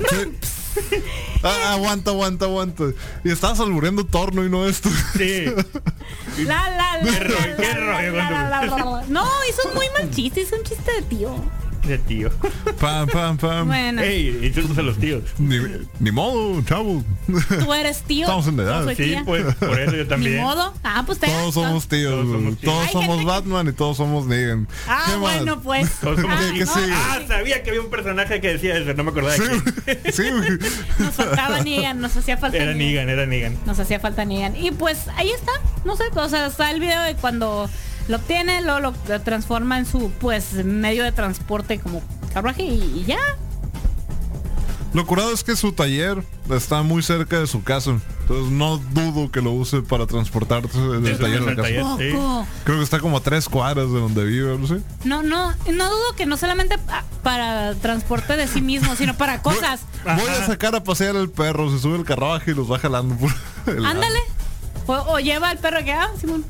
Speaker 2: Sí.
Speaker 1: Eh.
Speaker 2: Ah, aguanta, aguanta, aguanta. Y estabas albureando torno y no esto.
Speaker 3: Sí.
Speaker 1: La, la, la,
Speaker 3: Qué rollo, qué
Speaker 1: la,
Speaker 3: rollo
Speaker 1: la, la,
Speaker 3: con
Speaker 1: la,
Speaker 3: tu-
Speaker 1: la, la. No, hizo un muy mal chiste, hizo un chiste de tío.
Speaker 3: De tío.
Speaker 2: Pam, pam,
Speaker 3: Um,
Speaker 2: pam.
Speaker 1: Bueno,
Speaker 3: Ey, insultos a los tíos.
Speaker 2: Ni, ni modo, chavo.
Speaker 1: tú eres tío.
Speaker 2: Estamos en la
Speaker 1: yo
Speaker 2: edad.
Speaker 1: soy
Speaker 3: Sí,
Speaker 1: tía.
Speaker 3: pues por eso yo
Speaker 1: Ni
Speaker 3: también.
Speaker 1: modo. Ah, pues te
Speaker 2: Todos somos tíos.
Speaker 3: Todos somos
Speaker 2: güey.
Speaker 3: tíos.
Speaker 2: Todos
Speaker 1: Hay
Speaker 2: somos
Speaker 1: gente que-
Speaker 2: Batman y todos somos Negan.
Speaker 1: Ah,
Speaker 2: ¿Qué más?
Speaker 1: bueno, pues.
Speaker 3: Todos somos
Speaker 1: Ay,
Speaker 2: tíos.
Speaker 1: no,
Speaker 2: Que sí.
Speaker 3: Ah, sabía que había un personaje que decía eso, no me
Speaker 1: pues,
Speaker 3: acordaba. de quién.
Speaker 2: Sí, sí, güey.
Speaker 1: Nos faltaba Negan, nos hacía falta
Speaker 3: Era
Speaker 1: Negan.
Speaker 3: Negan, era Negan.
Speaker 1: Nos hacía falta Negan. Y pues ahí está, no sé, o sea, está el video de cuando lo obtiene, luego lo, lo transforma en su pues medio de transporte como carruaje y, y ya.
Speaker 2: Lo curado es que su taller está muy cerca de su casa. Entonces no dudo que lo use para transportarse
Speaker 3: De
Speaker 2: del
Speaker 3: su
Speaker 2: taller a
Speaker 3: casa
Speaker 2: la
Speaker 3: al
Speaker 2: casa.
Speaker 3: taller. Sí.
Speaker 1: Poco.
Speaker 2: Creo que está como a tres cuadras de donde vive, no sé.
Speaker 1: No, no, no dudo que no solamente pa- para transporte de sí mismo, sino para cosas.
Speaker 2: Voy, voy a
Speaker 3: Ajá.
Speaker 2: sacar a pasear al perro, se sube el carruaje y los va jalando por el lado.
Speaker 1: Ándale. O, o lleva al perro que, ah, Simón.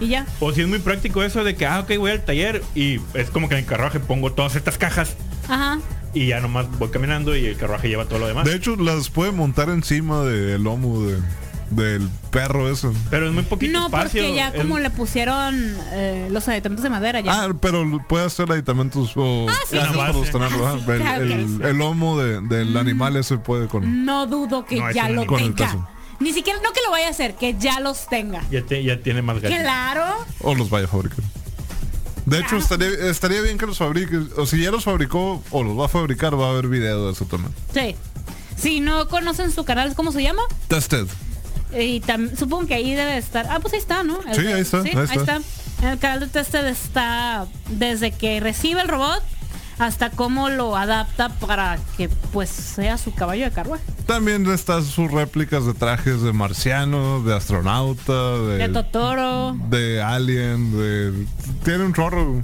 Speaker 1: Y ya.
Speaker 3: O si es muy práctico eso de que, ah, ok, voy al taller y es como que en el carruaje pongo todas estas cajas
Speaker 1: Ajá.
Speaker 3: y ya nomás voy caminando y el carruaje lleva todo lo demás.
Speaker 2: De hecho, las puede montar encima del lomo de- del perro eso.
Speaker 3: Pero es muy poquito
Speaker 1: No,
Speaker 3: espacio.
Speaker 1: porque ya
Speaker 3: es-
Speaker 1: como le pusieron eh, los aditamentos de madera ya. Ah,
Speaker 2: Ah, pero puede hacer aditamentos o
Speaker 1: sí,
Speaker 2: gracias
Speaker 3: sí,
Speaker 2: por
Speaker 3: sí.
Speaker 2: sostenerlo,
Speaker 1: Ah,
Speaker 2: ¿eh?
Speaker 1: sí,
Speaker 2: el,
Speaker 1: claro que
Speaker 2: el-
Speaker 1: sí. Mm.
Speaker 2: el lomo de- del animal ese puede con...
Speaker 1: No dudo que
Speaker 3: No, es
Speaker 1: ya
Speaker 3: un
Speaker 1: lo
Speaker 3: animal.
Speaker 2: Con el tazo.
Speaker 1: tenga. Ni siquiera, no que lo vaya a hacer, que ya los tenga.
Speaker 3: Ya, te- ya tiene más ganas.
Speaker 1: Claro.
Speaker 2: O los vaya a fabricar. De hecho, estaría, estaría bien que los fabrique. O si ya los fabricó o los va a fabricar, va a haber video de eso también.
Speaker 1: Sí. Si no conocen su canal, ¿cómo se llama?
Speaker 2: Tested.
Speaker 1: Y tam- supongo que ahí debe de estar. Ah, pues ahí está, ¿no? El-
Speaker 2: Sí, ahí está, ahí está.
Speaker 1: En el canal de Tested está desde que recibe el robot hasta cómo lo adapta para que pues sea su caballo de carruaje.
Speaker 2: También están sus réplicas de trajes de marciano, de astronauta, de,
Speaker 1: De Totoro.
Speaker 2: de alien, de... Tiene un chorro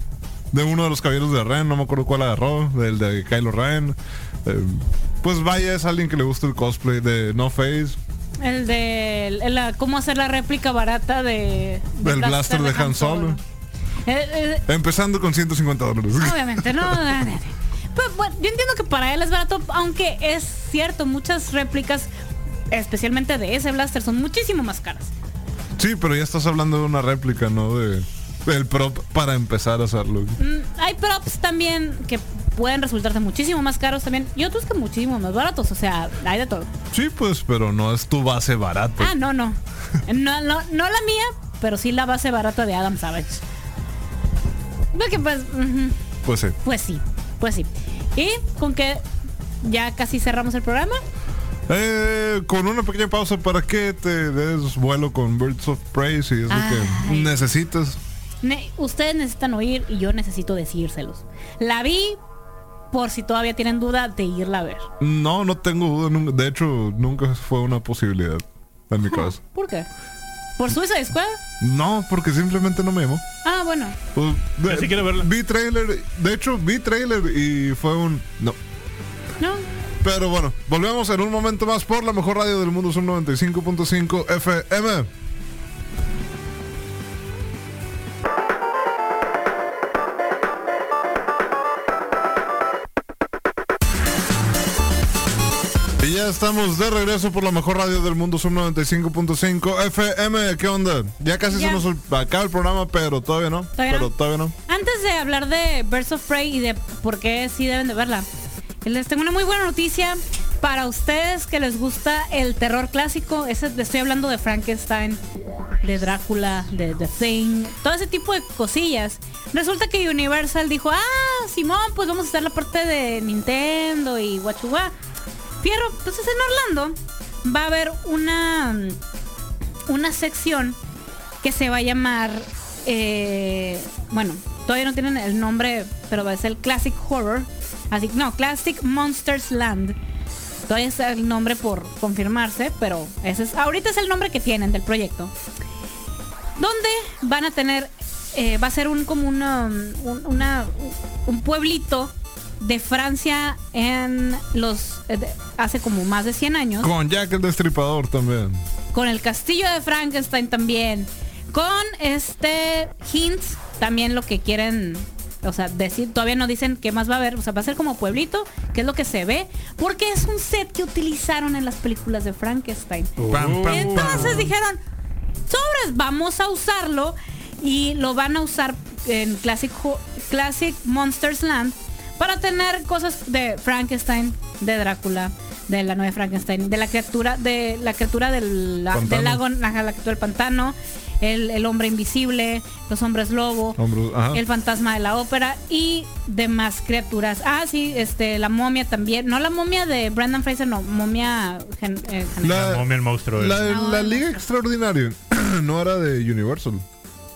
Speaker 2: de uno de los caballeros de Ren, no me acuerdo cuál agarró, del de Kylo Ren. Eh, pues vaya, es alguien que le gusta el cosplay de No Face,
Speaker 1: El de el- la- cómo hacer la réplica barata de,
Speaker 2: Del blaster de Han Solo.
Speaker 1: Eh, eh,
Speaker 2: empezando con 150
Speaker 1: Ah,
Speaker 2: dólares.
Speaker 1: obviamente, no. no, no, no. Pero, bueno, yo entiendo que para él es barato, aunque es cierto, muchas réplicas, especialmente de ese blaster, son muchísimo más caras.
Speaker 2: Sí, pero ya estás hablando de una réplica, ¿no? De el prop para empezar a hacerlo.
Speaker 1: Mm, hay props también que pueden resultarte muchísimo más caros también y otros que muchísimo más baratos, o sea, hay de todo.
Speaker 2: Sí, pues, pero no es tu base barata.
Speaker 1: Ah, no, no. No, no, no la mía, pero sí la base barata de Adam Savage. Porque pues... ujú.
Speaker 2: Pues sí.
Speaker 1: Pues sí, pues sí. Y con que ya casi cerramos el programa.
Speaker 2: Eh, con una pequeña pausa para que te des vuelo con Birds of Prey si es lo que
Speaker 1: Ay.
Speaker 2: necesitas.
Speaker 1: Ne- ustedes necesitan oír y yo necesito decírselos. La vi por si todavía tienen duda de irla a ver.
Speaker 2: No, no tengo duda. nunca- De hecho, nunca fue una posibilidad en mi caso.
Speaker 1: ¿Por qué? ¿Por Suicide Squad?
Speaker 2: No, porque simplemente no me llamó.
Speaker 1: Ah, bueno.
Speaker 2: Pues, de-
Speaker 3: sí quiero verla.
Speaker 2: Vi trailer, de hecho vi trailer y fue un... No.
Speaker 1: No.
Speaker 2: Pero bueno, volvemos en un momento más por la mejor radio del mundo, son 95.5 FM. Y ya estamos de regreso por la mejor radio del mundo, son 95.5 FM. ¿Qué onda? Ya casi
Speaker 1: Ya.
Speaker 2: se nos acaba el programa, pero todavía no.
Speaker 1: Todavía no.
Speaker 2: pero todavía no.
Speaker 1: Antes de hablar de Birds of Prey y de por qué sí deben de verla, les tengo una muy buena noticia para ustedes que les gusta el terror clásico. Ese, estoy hablando de Frankenstein, de Drácula, de The Thing, todo ese tipo de cosillas. Resulta que Universal dijo, ah, Simón, pues vamos a hacer la parte de Nintendo y guachugua. Fierro, entonces en Orlando va a haber una, una sección que se va a llamar, eh, bueno, todavía no tienen el nombre, pero va a ser el Classic Horror, así no, Classic Monsters Land. Todavía está el nombre por confirmarse, pero ese es, ahorita es el nombre que tienen del proyecto. Donde van a tener, eh, va a ser un como una, un, una- un pueblito de Francia en los, eh, de- hace como más de 100 años
Speaker 2: Con Jack el Destripador también.
Speaker 1: con el castillo de Frankenstein también, con este hints también lo que quieren, o sea, decir, todavía no dicen qué más va a haber, o sea, va a ser como pueblito, que es lo que se ve, porque es un set que utilizaron en las películas de Frankenstein.
Speaker 2: Pam, pam,
Speaker 1: Entonces dijeron, sobres, vamos a usarlo y lo van a usar en Classic, Ho- Classic Monsters Land para tener cosas de Frankenstein, de Drácula, de la nueva Frankenstein, de la criatura, de la criatura del, la- del
Speaker 2: Pantano.
Speaker 1: lago, ajá, la criatura del pantano, el, el hombre invisible, los hombres lobo.
Speaker 2: Hombre, ajá.
Speaker 1: El fantasma de la ópera y demás criaturas. Ah, sí, este, la momia también. No la momia de Brandon Fraser, no, momia gen- eh,
Speaker 2: La-
Speaker 3: La momia, el monstruo.
Speaker 2: La,
Speaker 3: eh.
Speaker 2: la Liga Extraordinaria no era de Universal.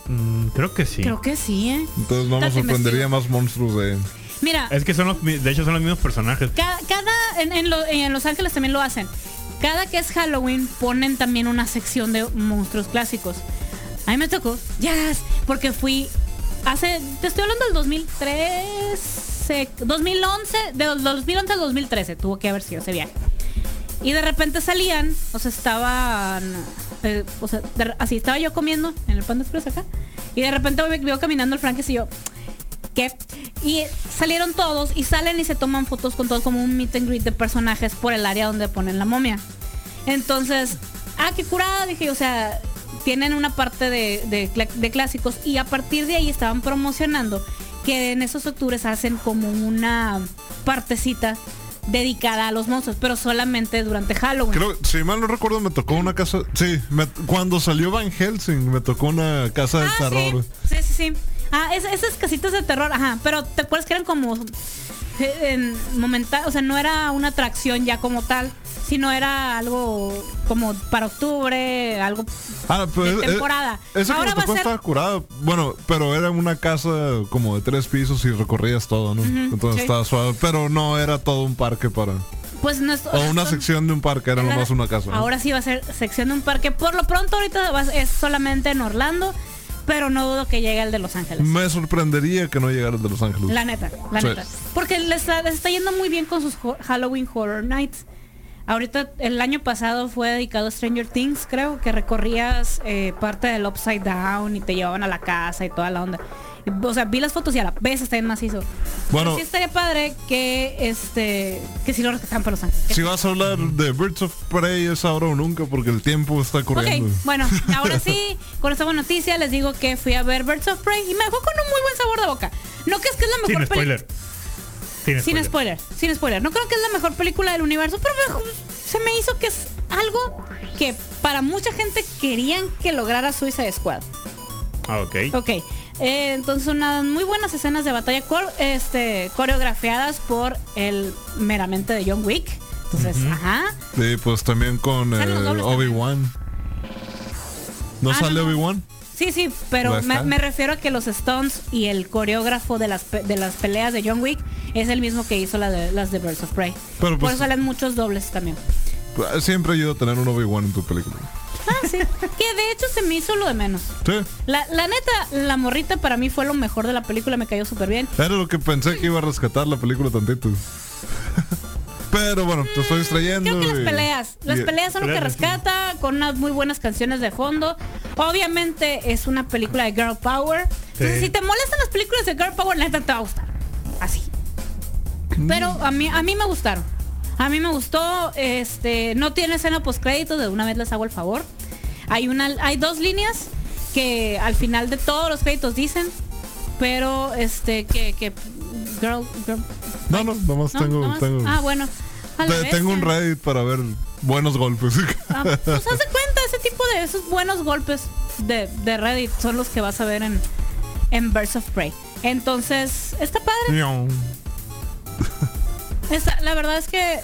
Speaker 3: Mm, creo que sí.
Speaker 1: Creo que sí, ¿eh?
Speaker 2: Entonces no nos
Speaker 1: Tanto
Speaker 2: sorprendería más monstruos de...
Speaker 1: Mira,
Speaker 3: Es que son los, mi- de hecho son los mismos personajes.
Speaker 1: ca- cada, en, en lo- en Los Ángeles también lo hacen. Cada que es Halloween ponen también una sección de monstruos clásicos. A mí me tocó, yes, porque fui hace, te estoy hablando del 2013, 2011, de 2011 al 2013 tuvo que haber sido ese viaje. Y de repente salían, o sea, estaban. eh, o sea, de- así estaba yo comiendo en el pan de express acá. Y de repente me veo caminando el Frankie y yo. ¿Qué? Y salieron todos y salen y se toman fotos con todos como un meet and greet de personajes por el área donde ponen la momia. Entonces, ah, qué curada, dije, o sea, tienen una parte de, de cla- de clásicos y a partir de ahí estaban promocionando que en esos octubres hacen como una partecita dedicada a los monstruos, pero solamente durante Halloween.
Speaker 2: Creo, si mal no recuerdo, me tocó una casa... Sí, me- cuando salió Van Helsing, me tocó una casa de
Speaker 1: ah,
Speaker 2: terror.
Speaker 1: Sí, sí, sí. sí. Ah, es- esas casitas de terror, ajá, pero ¿te acuerdas que eran como eh, en momental, o sea, no era una atracción ya como tal, sino era algo como para octubre, algo
Speaker 2: Ah, pero
Speaker 1: de
Speaker 2: es- es-
Speaker 1: temporada.
Speaker 2: esa que
Speaker 1: Ahora
Speaker 2: me
Speaker 1: va a
Speaker 2: tocó
Speaker 1: ser-
Speaker 2: estaba curada. Bueno, pero era una casa como de tres pisos y recorrías todo, ¿no? Entonces
Speaker 1: sí.
Speaker 2: estaba suave. Pero no era todo un parque para...
Speaker 1: pues no es-
Speaker 2: O una
Speaker 1: son-
Speaker 2: sección de un parque, era nomás una casa. ¿no?
Speaker 1: Ahora sí va a ser sección de un parque. Por lo pronto ahorita va a- es solamente en Orlando, pero no dudo que llegue el de Los Ángeles.
Speaker 2: Me sorprendería que no llegara el de Los Ángeles.
Speaker 1: La neta, la
Speaker 2: Sí.
Speaker 1: neta. Porque les, está- les está yendo muy bien con sus ho- Halloween Horror Nights. Ahorita, el año pasado fue dedicado a Stranger Things, creo, que recorrías eh, parte del Upside Down y te llevaban a la casa y toda la onda. O sea, vi las fotos y a la vez está bien macizo.
Speaker 2: Bueno.
Speaker 1: Pero sí estaría padre que este que sí lo rescatan para Los Ángeles.
Speaker 2: Si vas a hablar de Birds of Prey es ahora o nunca porque el tiempo está corriendo.
Speaker 1: Ok, bueno, ahora sí, con esta buena noticia les digo que fui a ver Birds of Prey y me dejó con un muy buen sabor de boca. No que es que es la mejor
Speaker 3: Sin
Speaker 1: peli-
Speaker 3: spoiler. Sin spoiler.
Speaker 1: Sin spoiler, sin spoiler. No creo que es la mejor película del universo, pero me- se me hizo que es algo que para mucha gente querían que lograra Suicide Squad.
Speaker 3: Ah, ok.
Speaker 1: Ok. eh, entonces unas muy buenas escenas de batalla cor- este, coreografiadas por el meramente de John Wick. Entonces, ajá.
Speaker 2: Sí, pues también con
Speaker 1: Salen los
Speaker 2: eh,
Speaker 1: dobles
Speaker 2: Obi-Wan. ¿No
Speaker 1: Ah,
Speaker 2: sale
Speaker 1: no, no.
Speaker 2: Obi-Wan?
Speaker 1: Sí, sí,
Speaker 2: No
Speaker 1: pero me,
Speaker 2: está.
Speaker 1: me refiero a que los stunts y el coreógrafo de las, pe- de las peleas de John Wick es el mismo que hizo la de, las de Birds of Prey.
Speaker 2: Pero,
Speaker 1: Por
Speaker 2: pues-
Speaker 1: eso salen muchos dobles también.
Speaker 2: Siempre ayuda a tener un Obi-Wan en tu película.
Speaker 1: Ah, sí. que de hecho se me hizo lo de menos.
Speaker 2: Sí.
Speaker 1: La, la neta, la morrita para mí fue lo mejor de la película, me cayó súper bien.
Speaker 2: Era lo que pensé que iba a rescatar la película tantito. Pero bueno, te estoy
Speaker 1: Creo
Speaker 2: distrayendo.
Speaker 1: que las
Speaker 2: y-
Speaker 1: peleas. Las
Speaker 2: y-
Speaker 1: peleas son lo que
Speaker 3: Peleas, sí.
Speaker 1: rescata, con unas muy buenas canciones de fondo. Obviamente es una película de Girl Power. Entonces,
Speaker 3: Sí.
Speaker 1: si te molestan las películas de Girl Power, la neta te va a gustar. Así.
Speaker 2: Mm.
Speaker 1: Pero a mí, a mí me gustaron. A mí me gustó. Este, no tiene escena post crédito, de una vez les hago el favor. Hay una, hay dos líneas que al final de todos los créditos dicen, pero este que, que girl, girl-
Speaker 2: No, no, nomás
Speaker 1: no,
Speaker 2: tengo.
Speaker 1: nomás-
Speaker 2: tengo,
Speaker 1: ah bueno, a la
Speaker 2: te- tengo un
Speaker 1: bestia.
Speaker 2: Reddit para ver buenos golpes.
Speaker 1: Ah, pues haz de cuenta, ese tipo de esos buenos golpes de, de Reddit son los que vas a ver en, en Birds of Prey. Entonces, está padre.
Speaker 2: Miau.
Speaker 1: Está- la verdad es que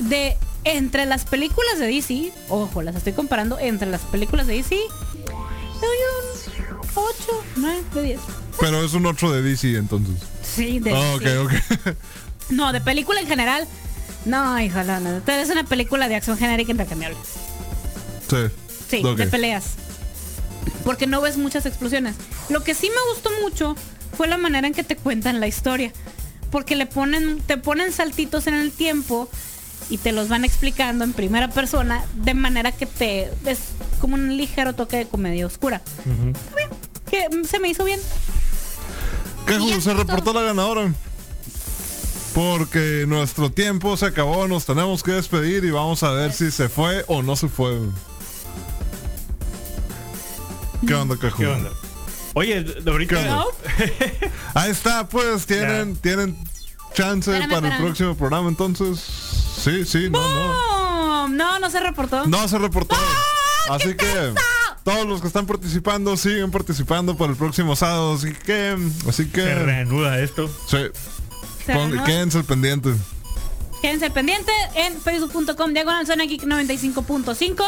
Speaker 1: de entre las películas de DC, ojo, las estoy comparando entre las películas de DC, le doy un 8, 9, de 10.
Speaker 2: Pero es un 8 de DC entonces.
Speaker 1: Sí, de
Speaker 2: Ah,
Speaker 1: DC.
Speaker 2: ok, ok.
Speaker 1: No, de película en general. No, hija, no, no. Es una película de acción genérica intercambiable.
Speaker 2: sí.
Speaker 1: Sí,
Speaker 2: Ok.
Speaker 1: de peleas. Porque no ves muchas explosiones. Lo que sí me gustó mucho fue la manera en que te cuentan la historia. Porque le ponen, te ponen saltitos en el tiempo y te los van explicando en primera persona de manera que te es como un ligero toque de comedia oscura. Que mm, se me hizo bien. Y
Speaker 2: Keju,
Speaker 1: ya
Speaker 2: se
Speaker 1: fue
Speaker 2: reportó la ganadora. Porque nuestro tiempo se acabó, nos tenemos que despedir y vamos a ver si se fue o no se fue. ¿Qué onda, Keju?
Speaker 3: ¿Qué onda? Oye, de- de ahorita.
Speaker 2: ¿Qué onda? Ahí está, pues tienen,
Speaker 3: Ya.
Speaker 2: tienen chance
Speaker 1: Espérame,
Speaker 2: para el
Speaker 1: espérame.
Speaker 2: próximo programa entonces. Sí, sí, no, no.
Speaker 1: ¡Bum! No, no se reportó.
Speaker 2: No se reportó.
Speaker 1: ¡Ah,
Speaker 2: Así
Speaker 1: qué
Speaker 2: que
Speaker 1: tenso!
Speaker 2: todos los que están participando siguen participando para el próximo sábado. Así que, así
Speaker 3: Se
Speaker 2: que,
Speaker 3: reanuda esto.
Speaker 2: sí,
Speaker 1: Se
Speaker 2: pon-
Speaker 1: ganó.
Speaker 2: quédense al pendiente.
Speaker 1: Quédense pendiente en facebook.com diagonal zona geek 95.5.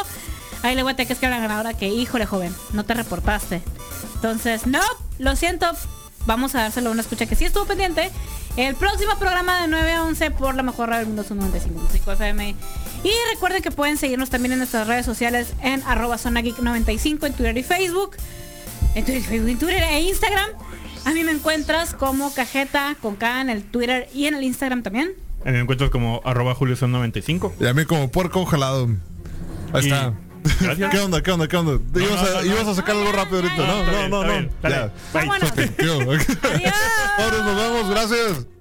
Speaker 1: Ahí le voy a tener que escribir a la ganadora que, híjole, joven, no te reportaste. Entonces, no, lo siento. Vamos a dárselo a una escucha que sí estuvo pendiente. El próximo programa de 9 a 11 por la mejor radio del mundo es un 95.5 FM. Y recuerden que pueden seguirnos también en nuestras redes sociales en arroba zona geek 95 en Twitter y Facebook. En Twitter, y Facebook, en Twitter e Instagram. A mí me encuentras como cajeta con K en el Twitter y en el Instagram también.
Speaker 3: En encuentros como arroba julioson95.
Speaker 2: Y a mí como puerco jalado. Ahí
Speaker 3: Y-
Speaker 2: está.
Speaker 3: Gracias.
Speaker 2: ¿Qué onda? ¿Qué onda? ¿Qué onda? ibas, a,
Speaker 3: no, no.
Speaker 2: ibas a sacar algo rápido ahorita.
Speaker 1: No,
Speaker 2: No, no, no, no. Ya.
Speaker 1: Vámonos.
Speaker 2: ¿Qué onda?
Speaker 1: Adiós.
Speaker 2: Ahora nos vemos, gracias.